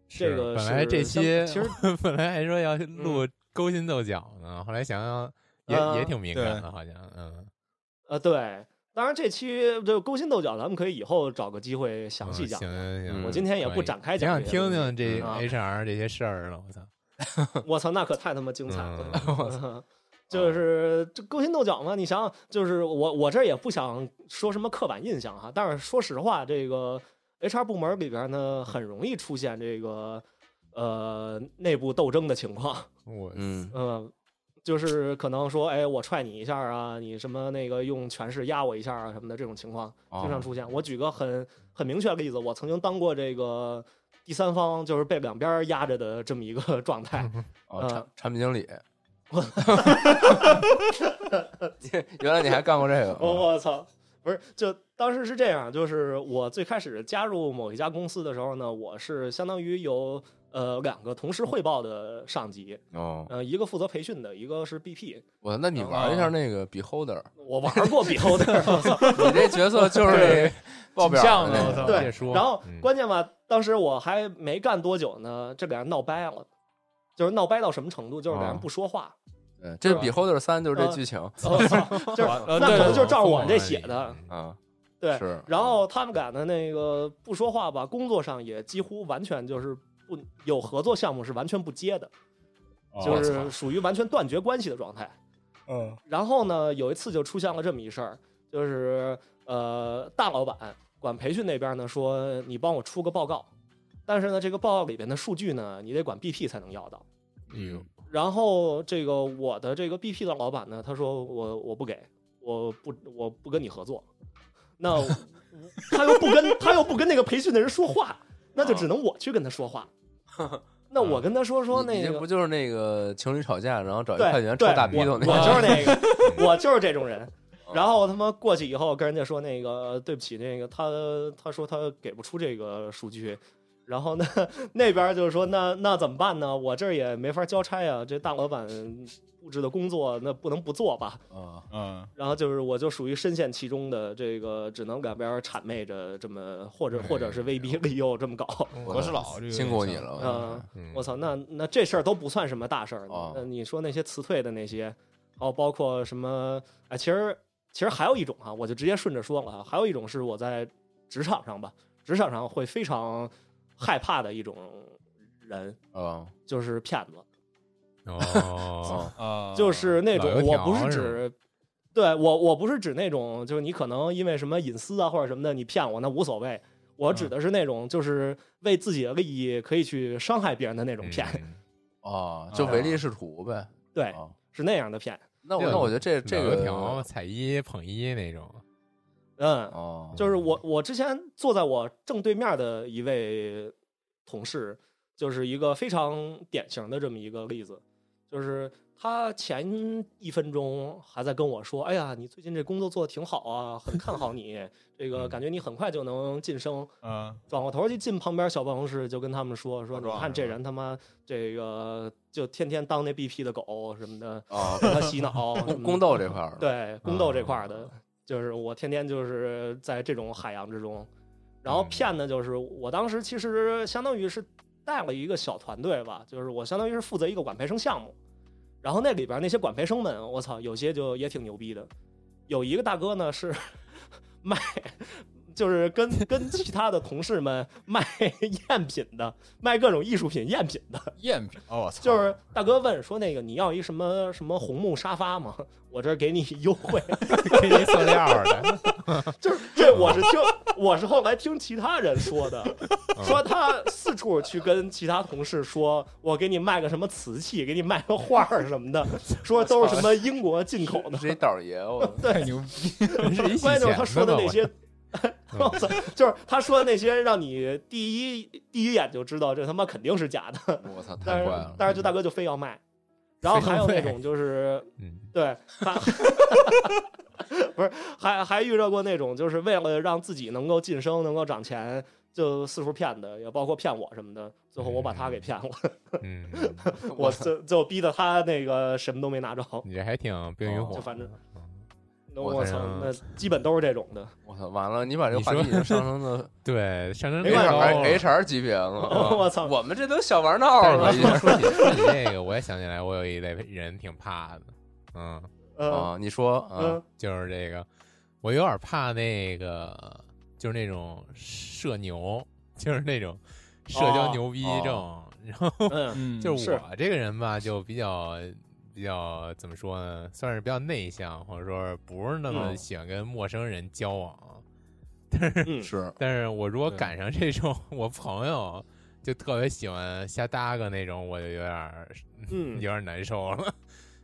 这是个本是来这相期其实 嗯本来还说要录勾心斗角呢，后来想想也、啊也挺敏感对的，好像嗯，呃，对，当然这期这个勾心斗角，咱们可以以后找个机会详细嗯讲。行行行，嗯我今天也可不以展开挺讲，想听。听这嗯啊 HR 这些事儿了，我操， 我操，那可太他妈精彩了！嗯就是这勾心斗角嘛，你想想，就是我我这儿也不想说什么刻板印象哈，但是说实话，这个 HR 部门里边呢，很容易出现这个呃内部斗争的情况，我嗯嗯、就是可能说，哎，我踹你一下啊，你什么那个用权势压我一下啊，什么的这种情况经常哦出现。我举个很很明确的例子，我曾经当过这个第三方，就是被两边压着的这么一个 状态，哦，产呃产品经 理，原 来你还干过这个，我哦我操，不是，就当时是这样，就是我最开始加入某一家公司的时候呢，我是相当于由呃两个同时汇报的上级，哦，呃，一个负责培训的，一个是 BP。我那你哦玩一下那个 Beholder，我玩过 Beholder，我操，你这角色就是那报表像的的那我个操别对说，然后嗯关键吧，当时我还没干多久呢，这俩人闹掰了。就是闹掰到什么程度，就是俩人哦不说话，对，这 Beholder 三就是这呃剧情我操，就是呃那对可能就是照着疯我狂们这了写你的，嗯啊， 对，是，然后他们俩的那个不说话吧，工作上也几乎完全就是不有合作项目是完全不接的，就我操是属于完全断绝关系的状态。嗯，然后呢，有一次就出现了这么一事儿，就是呃，大老板管培训那边呢说你帮我出个报告，但是呢，这个报告里边的数据呢，你得管 BP 才能要到。哎呦，然后这个我的这个 BP 的老板呢，他说我我不给，我不我不跟你合作。那 他又不跟他又不跟那个培训的人说话，那啊就只能我去跟他 说话。那我跟他说说你你那这个不，就是那个情侣吵架，然后找一对会计员抽对，大逼斗那我个？嗯我就是那 个，我就是这种人。然后他妈过去以后跟人家说那个对不起，那个他他说他给不出这个数据，然后呢那边就是说那那怎么办呢？我这儿也没法交差呀、这大老板布置的工作那不能不做吧？啊，嗯，然后就是我就属于深陷其中的这个，只能两边谄媚着这么，或者或者是哎威逼利诱这么搞。嗯我是老这个辛苦你了，嗯、我嗯我操，那那这事儿都不算什么大事儿哦。那你说那些辞退的那些，还有包括什么？哎，其实其实还有一种哈、我就直接顺着说了啊哈，还有一种是我在职场上吧，职场上会非常害怕的一种人，操啊就是骗子， 哦，啊啊，就是那老油种条我不是是指。对我，我不是指那种，就是你可能因为什么隐私啊或者什么的，你骗我那无所谓。我嗯指的是那种，就是为自己的利益可以去伤害别人的那种骗，嗯啊，就唯利是图呗。嗯对，哦啊，是那样的骗。那我这那我觉得这这老油个条踩一捧一那种， 嗯，哦，就是我我之前坐在我正对面的一位同事，就是一个非常典型的这么一个例子，就是他前一分钟还在跟我说：“哎呀，你最近这工作做的挺好啊，很看好 你，这个感觉你很快就能晋升。”嗯，转过头去进旁边小办公室，就跟他们说：“说化你妆看是这吧人他妈这个就天天当那 BP 的狗什么的，哦啊，给他洗 脑什么的宫宫斗这块儿，对宫斗这块儿的，就是我天天就是在这种海洋之中，然后嗯骗的就是我当时其实相当于是带了一个小团队吧，就是我相当于是负责一个管培生项目，然后那里边那些管培生们，我操，有些就也挺牛逼的，有一个大哥呢是 卖就是跟跟其他的同事们卖赝品的，卖各种艺术品赝品的。赝品，哦，我操，就是大哥问说那个你要一什么什么红木沙发吗？我这儿给你优惠。给你塑料的，就是 这我是听我是后来听其他人说的，嗯说他四处去跟其他同事说，我给你卖个什么瓷器，给你卖个画儿什么的，说都是什么英国进口的。 是一倒爷，我太牛逼，是一洗关键就钱是他说的的那些，我操， 就是他说的那些让你第一第一眼就知道这他妈肯定是假的，我操，但太是怪了。嗯但是就大哥就非要卖，然后还有那种就是嗯，对， 还不是还还遇到过那种就是为了让自己能够晋升、能够涨钱，就四处骗的，也包括骗我什么的。最后我把他给骗了，嗯，我就就逼得他那个什么都没拿着，你这还挺冰与火哦就的，反正。那我我反操，啊正那基本都是这种的。我操，完了！你把这个你话题说哦已经上升到对上升 没太办高法了 HR HR 级别啊了。 啊我操我们这都小玩闹但了，是已你经说说起说起这个，我也想起来，我有一类人挺怕的，嗯，嗯啊！你说啊嗯，就是这个，我有点怕那个，就是那种社牛，就是那种社交哦牛逼哦症。然后嗯嗯，就是是我这个人吧，就比较比较怎么说呢，算是比较内向，或者说不是那么嗯喜欢跟陌生人交往。嗯，是但是我如果对赶上这种我朋友就特别喜欢瞎搭个那种，我就有点儿 有嗯，点儿难受了。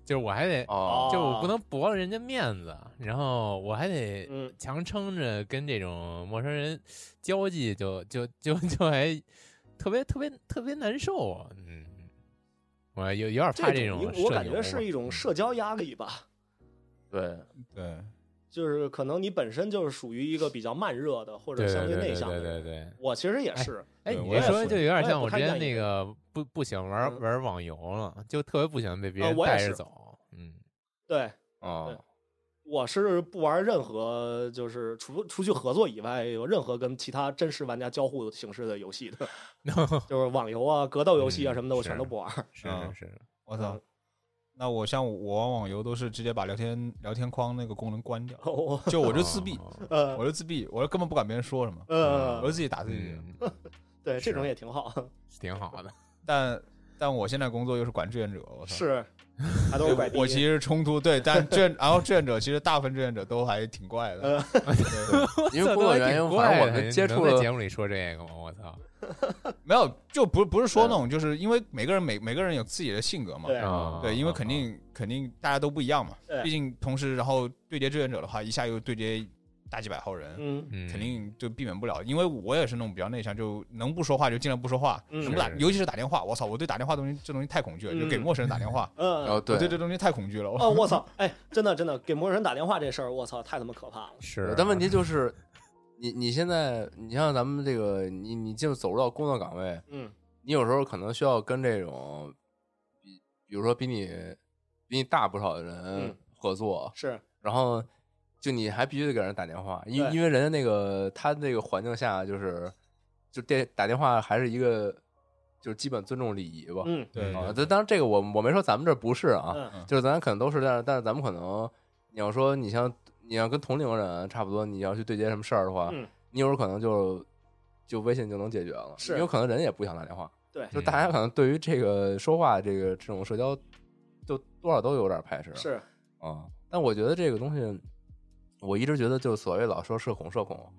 就是我还得，哦，就我不啊能驳了人家面子，然后我还得嗯强撑着跟这种陌生人交际就，就就就还特别特别特别难受啊。嗯，我有有点怕这种社应牛吧，嗯我感觉是一种社交压力吧， 对，对，就是可能你本身就是属于一个比较慢热的或对对者相对内对向的对对人。对。我其实也是，哎，对你我这也说是就有点我也像不我之太前愿意那个不不喜欢玩嗯玩网游了，就特别不喜欢被别啊人我也带着是走。嗯， 对，哦，我是不玩任何就是除除去合作以外，有任何跟其他真实玩家交互形式的游戏的，就是网游啊、格斗游戏啊嗯什么的，我全是都不玩 儿。是嗯是是，我操嗯。那我像我玩网游都是直接把聊天聊天框那个功能关掉，我就我就自闭，哦呃我就自闭，我就根本不管别人说什么，我就呃，自己打自己的。 嗯，对，这种是也挺好，挺好的。但但我现在工作又是管志愿者，我操， 是，还都是怪逼。我其实冲突对，但志愿然后志愿者其实大部分志愿者都还挺怪的，呃对因为工作原因，反正我们接触在了节目里说这个吗？我操！没有就不不是说那种，就是因为每个人每每个人有自己的性格嘛，对啊对，因为肯定肯定大家都不一样嘛，对毕竟同时然后对接志愿者的话，一下又对接大几百号人，啊嗯嗯肯定就避免不了。因为我也是那种比较内向，就能不说话就尽量不说话，嗯能不打是尤其是打电话，我操，我对打电话东西这东西太恐惧了，就给嗯陌生人打电话，呃，哦，我对对这东西太恐惧了，我哦，我操，哎，真的真的，给陌生人打电话这事儿，我操，太他妈可怕了。是，啊但问题就是，你你现在，你像咱们这个，你你就走入到工作岗位，嗯你有时候可能需要跟这种比，比如说比你比你大不少的人嗯合作，是，然后就你还必须得给人打电话，因对因为人家那个他那个环境下就是就电打电话还是一个就是基本尊重礼仪吧。嗯对啊，对这当然这个我我没说咱们这儿不是啊，嗯就是咱可能都是，但是但是咱们可能你要说你像你要跟同龄人差不多，你要去对接什么事儿的话，嗯，你有时候可能就就微信就能解决了，是因为可能人也不想打电话，对就大家可能对于这个说话这个这种社交，就多少都有点排斥，是，啊、但我觉得这个东西，我一直觉得就是所谓老说社恐，社恐，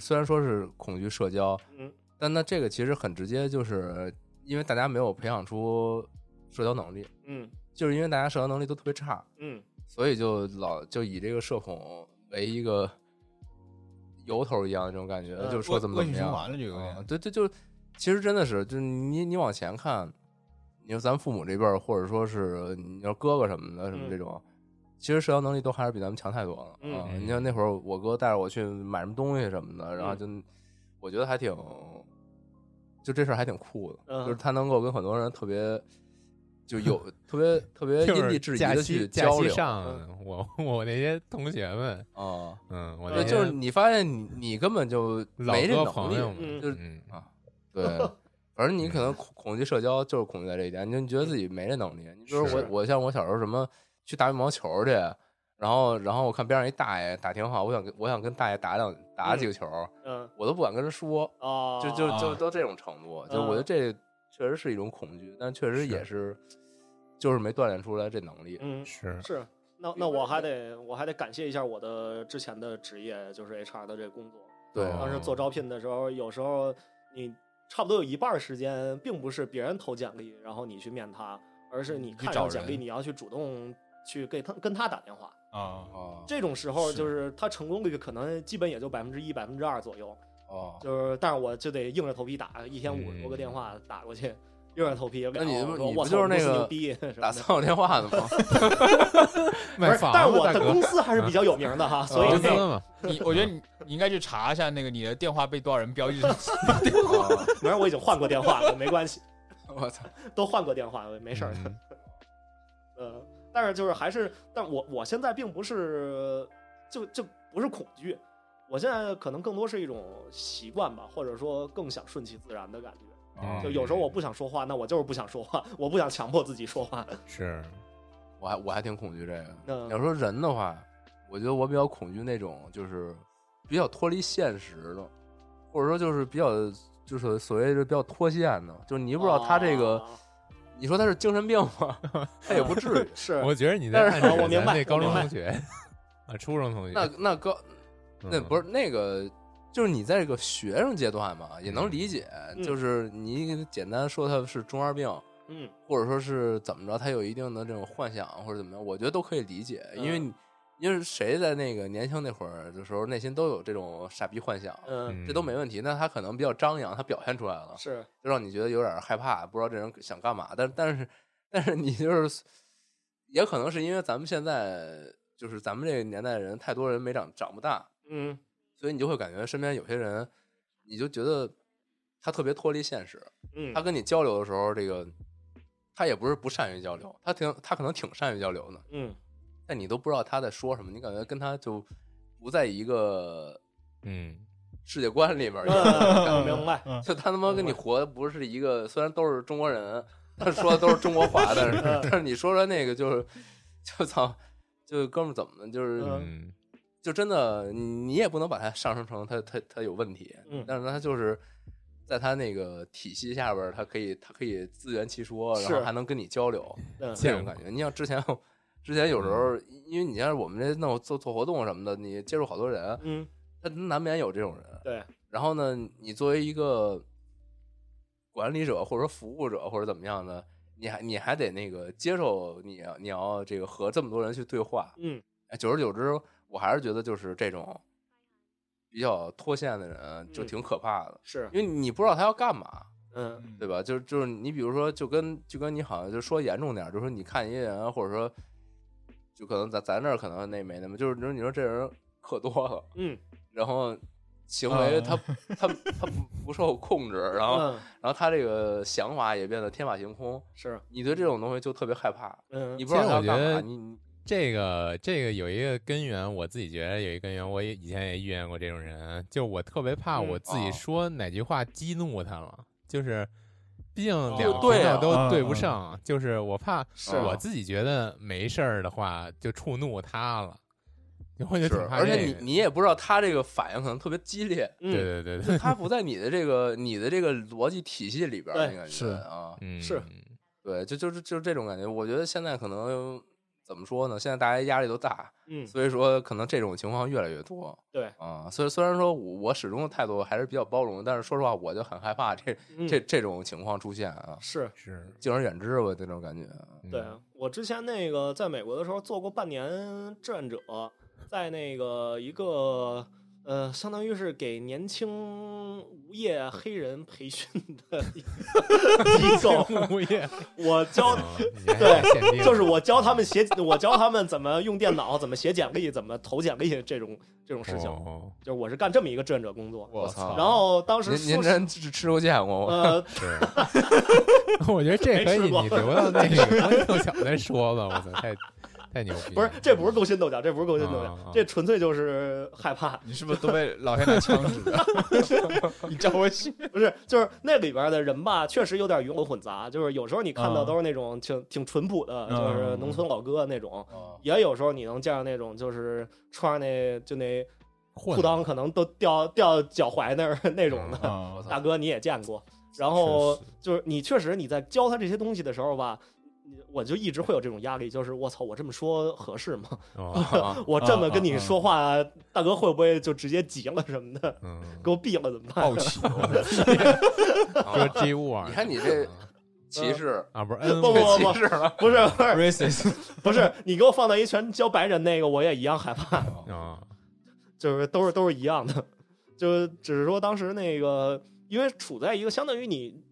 虽然说是恐惧社交，嗯但那这个其实很直接，就是因为大家没有培养出社交能力，嗯就是因为大家社交能力都特别差，嗯所以就老就以这个社恐为一个由头一样的这种感觉，嗯呃就是说怎么怎么循样。环了就有啊点，，对对，就其实真的是，就是你你往前看，你说咱们父母这辈儿，或者说是你要哥哥什么的，什么嗯这种，其实社交能力都还是比咱们强太多了。嗯啊，你像那会儿我哥带着我去买什么东西什么的，嗯然后就我觉得还挺，就这事儿还挺酷的，嗯就是他能够跟很多人特别。就有特别特别就因是地制宜假的期去假交期流嗯上，我 我那些同学们，啊，嗯，我那对，呃些就是你发现你你根本就老没这哥能朋力友，们，嗯就是嗯对，反正你可能恐恐惧社交，就是恐惧在这一点，你就觉得自己没这能力。你比如说是我，我像我小时候什么去打羽毛球去，然后然后我看边上一大爷打挺好，我想跟我想跟大爷打两打几个球，嗯我都不敢跟他说，哦，就就就啊都这种程度，就我觉得嗯这确实是一种恐惧，但确实也是就是没锻炼出来这能力。嗯是是。那那我还得我还得感谢一下我的之前的职业，就是 HR 的这工作。对，哦当时做招聘的时候，有时候你差不多有一半儿时间，并不是别人投简历，然后你去面他，而嗯是你去看找上简历，人你要去主动去给他跟他打电话。啊，哦这种时候，是就是他成功率可能基本也就百分之一、百分之二左右。哦，就是，但是我就得硬着头皮打，一天五十多个嗯电话打过去，硬着头皮聊。那你不你不我说我操就是公司那个牛逼什么打的骚扰电话的吗？ 不卖是房但是子我大的哥公司还是比较有名 的哈，所以哦公司嘛，你我觉得你你应该去查一下那个你的电话被多少人标记上，哦反正我已经换过电话了，没关系， 我操，都换过电话，没事儿的。嗯呃，但是就是还是，但我我现在并不是，就就不是恐惧，我现在可能更多是一种习惯吧，或者说更想顺其自然的感觉。哦嗯就有时候我不想说话，那我就是不想说话，我不想强迫自己说 话。是我还我还挺恐惧这个。那你要说人的话，我觉得我比较恐惧那种就是比较脱离现实的，或者说就是比较就是所谓的比较脱线的，就是你你不知道他这个，哦你说他是精神病吗？ 他也不至于。 是我觉得你在暗但是指我明白咱那高中我明白同 学啊，初中同学，嗯那那高那不是是那个，就是你在这个学生阶段嘛，也能理解，嗯哎就是你简单说他是中二病。嗯或者说是怎么着，他有一定的这种幻想或者怎么样，我觉得都可以理解，因为嗯你因为谁在那个年轻那会儿的时候，内心都有这种傻逼幻想，嗯这都没问题。那他可能比较张扬，他表现出来了，是就让你觉得有点害怕，不知道这人想干嘛。但但是但是你就是，也可能是因为咱们现在就是咱们这个年代人，太多人没长长不大，嗯所以你就会感觉身边有些人，你就觉得他特别脱离现实。嗯他跟你交流的时候，这个他也不是不善于交流，他挺他可能挺善于交流的，嗯 但你都不知道他在说什么，你感觉跟他就不在一个嗯世界观里面儿，嗯，明白。就他他妈跟你活的不是一个，虽然都是中国人，他说的都是中国话，但是嗯但是你说说那个就是，就操，就哥们儿怎么的，就是嗯就真的你你也不能把它上升成他他他有问题，嗯但是他就是在他那个体系下边儿，他可以他可以自圆其说，然是后还能跟你交流，嗯这种感觉。你像之前之前有时候，因为你像我们这弄做做活动什么的，你接触好多人，嗯，他难免有这种人。对，然后呢，你作为一个管理者或者说服务者或者怎么样的，你还你还得那个接受你要你要这个和这么多人去对话，嗯哎，久而久之，我还是觉得就是这种比较脱线的人就嗯挺可怕的，是因为你不知道他要干嘛，嗯对吧？就就是你比如说，就跟就跟你好像就说严重点儿，就说你看一个人，啊或者说就可能咱咱这儿可能那没那么，就是你说你说这人可多了，嗯然后行为嗯他、他他不不受控制，然后、嗯然后他这个想法也变得天马行空，是你对这种东西就特别害怕，嗯你不知道其他实要我觉干嘛，得你你这个这个有一个根源，我自己觉得有一个根源，我也以前也遇见过这种人，就我特别怕嗯我自己哦说哪句话激怒他了，就是毕竟两就个对频道啊，都对嗯不嗯上，就是我怕哦是啊我自己觉得没事儿的话就触怒他了，我就是挺怕而这个。且你你也不知道他这个反应可能特别激烈，对嗯对对对，就他不在你的这个你的这个逻辑体系里边儿，对你感是觉啊，嗯是对，就就是就是这种感觉。我觉得现在可能怎么说呢？现在大家压力都大，嗯所以说可能这种情况越来越多对啊。虽虽然说我我始终的态度还是比较包容，但是说实话，我就很害怕这嗯这这种情况出现啊，是是，敬而远之吧，这种感觉。对啊嗯我之前那个在美国的时候做过半年志愿者，在那个一个呃，相当于是给年轻无业黑人培训的一个机构，物业， 我教。啊你还对限定就是我教他们写，我教他们怎么用电脑，怎么写简历，怎么投简历这种这种事情，哦 就是我是干这么一个志愿者工作。我操操，然后当时您您说是真吃吃过见过我？呃，是，我觉得这可以没吃过你留到那个光头小再说吧，我操，太太 牛逼了！不是，这不是勾心斗角，这不是勾心斗角，啊啊这纯粹就是害怕。你是不是都被老太太呛死了？ 你叫我去？不是，就是那里边的人吧，确实有点鱼龙混杂。就是有时候你看到嗯都是那种挺挺淳朴的，嗯就是农村老哥那种，啊也有时候你能见到那种就是穿那就那混裤裆可能都掉掉脚踝那儿那种的。啊 我操大哥你也见过。然后就是你确实你在教他这些东西的时候吧，你我就一直会有这种压力，就是我操，我这么说合适吗？哦，啊我这么跟啊啊你啊说话，大哥会不会就直接急了什么的，嗯，给我毙了怎么办？暴起！说 啊 G 五啊，你看你这嗯歧视，啊，不是 N 不呃歧不视了，不是不是 racist 不是，你给我放到一拳教白人那个，我也一样害怕，啊，就是都是都是一样的，就只是说当时那个，因为处在一个相当于你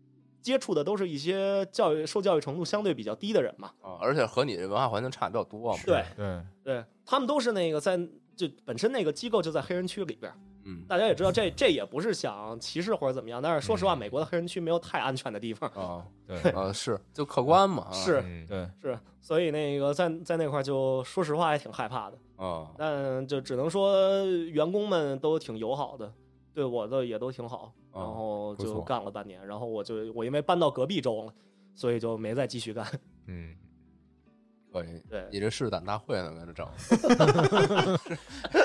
接触的都是一些教育受教育程度相对比较低的人嘛，啊而且和你文化环境差比较多嘛，对对，对，他们都是那个在就本身那个机构就在黑人区里边儿，嗯大家也知道这这也不是想歧视或者怎么样，但是说实话，美国的黑人区没有太安全的地方，啊对啊是就客观嘛，啊是嗯对，是，所以那个在在那块儿就说实话也挺害怕的。啊但就只能说员工们都挺友好的，对我的也都挺好，啊然后不就错干了半年，然后我就我因为搬到隔壁州了，所以就没再继续干。嗯，可以。对，你这试胆大会呢，搁这整，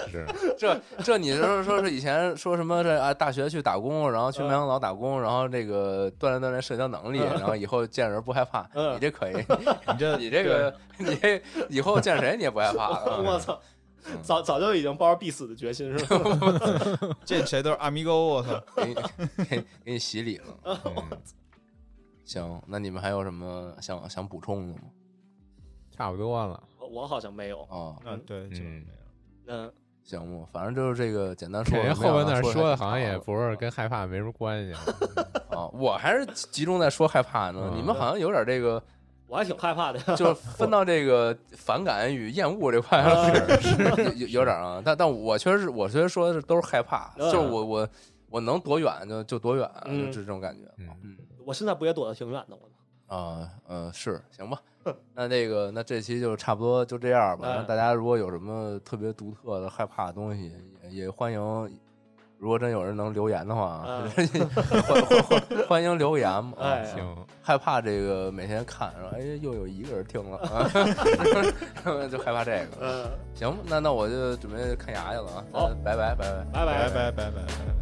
是 这这你是说是以前说什么这啊大学去打工，然后嗯去麦当劳打工，然后这个锻炼锻炼社交能力，然后以后见人不害怕，嗯你这 可以，你这你这个你这以后见谁你也不害怕了， 我操，早早就已经抱着必死的决心是吧？ 对见谁都是 amigo，我操！嗯给你给给你洗礼了。嗯行，那你们还有什么想想补充的吗？ 差不多了，我我好像没有，啊，啊，对，嗯基本没有嗯，行吧，反正就是这个简单说感了。觉后边那儿说的好像也没有不是跟害怕没什么关 系啊，啊，我还是集中在说害怕呢。嗯你们好像有点这个，我还挺害怕的。 就是分到这个反感与厌恶这块啊 了，是有有点啊。但但我确实是，我确实说的是都是害怕，嗯就是我我我能躲远就就躲远，嗯就是这种感觉。嗯嗯我现在不也躲得挺远的了吗？啊呃是行吧，那这个那这期就差不多就这样吧。嗯那大家如果有什么特别独特的害怕的东西，也也欢迎，如果真有人能留言的话， 嗯欢欢欢欢迎留言嘛。哎啊行，害怕这个每天看，然后哎又有一个人听了， 啊 就害怕这个。嗯，行，那那我就准备看牙去了啊。好拜拜拜拜。拜拜拜拜拜拜拜拜。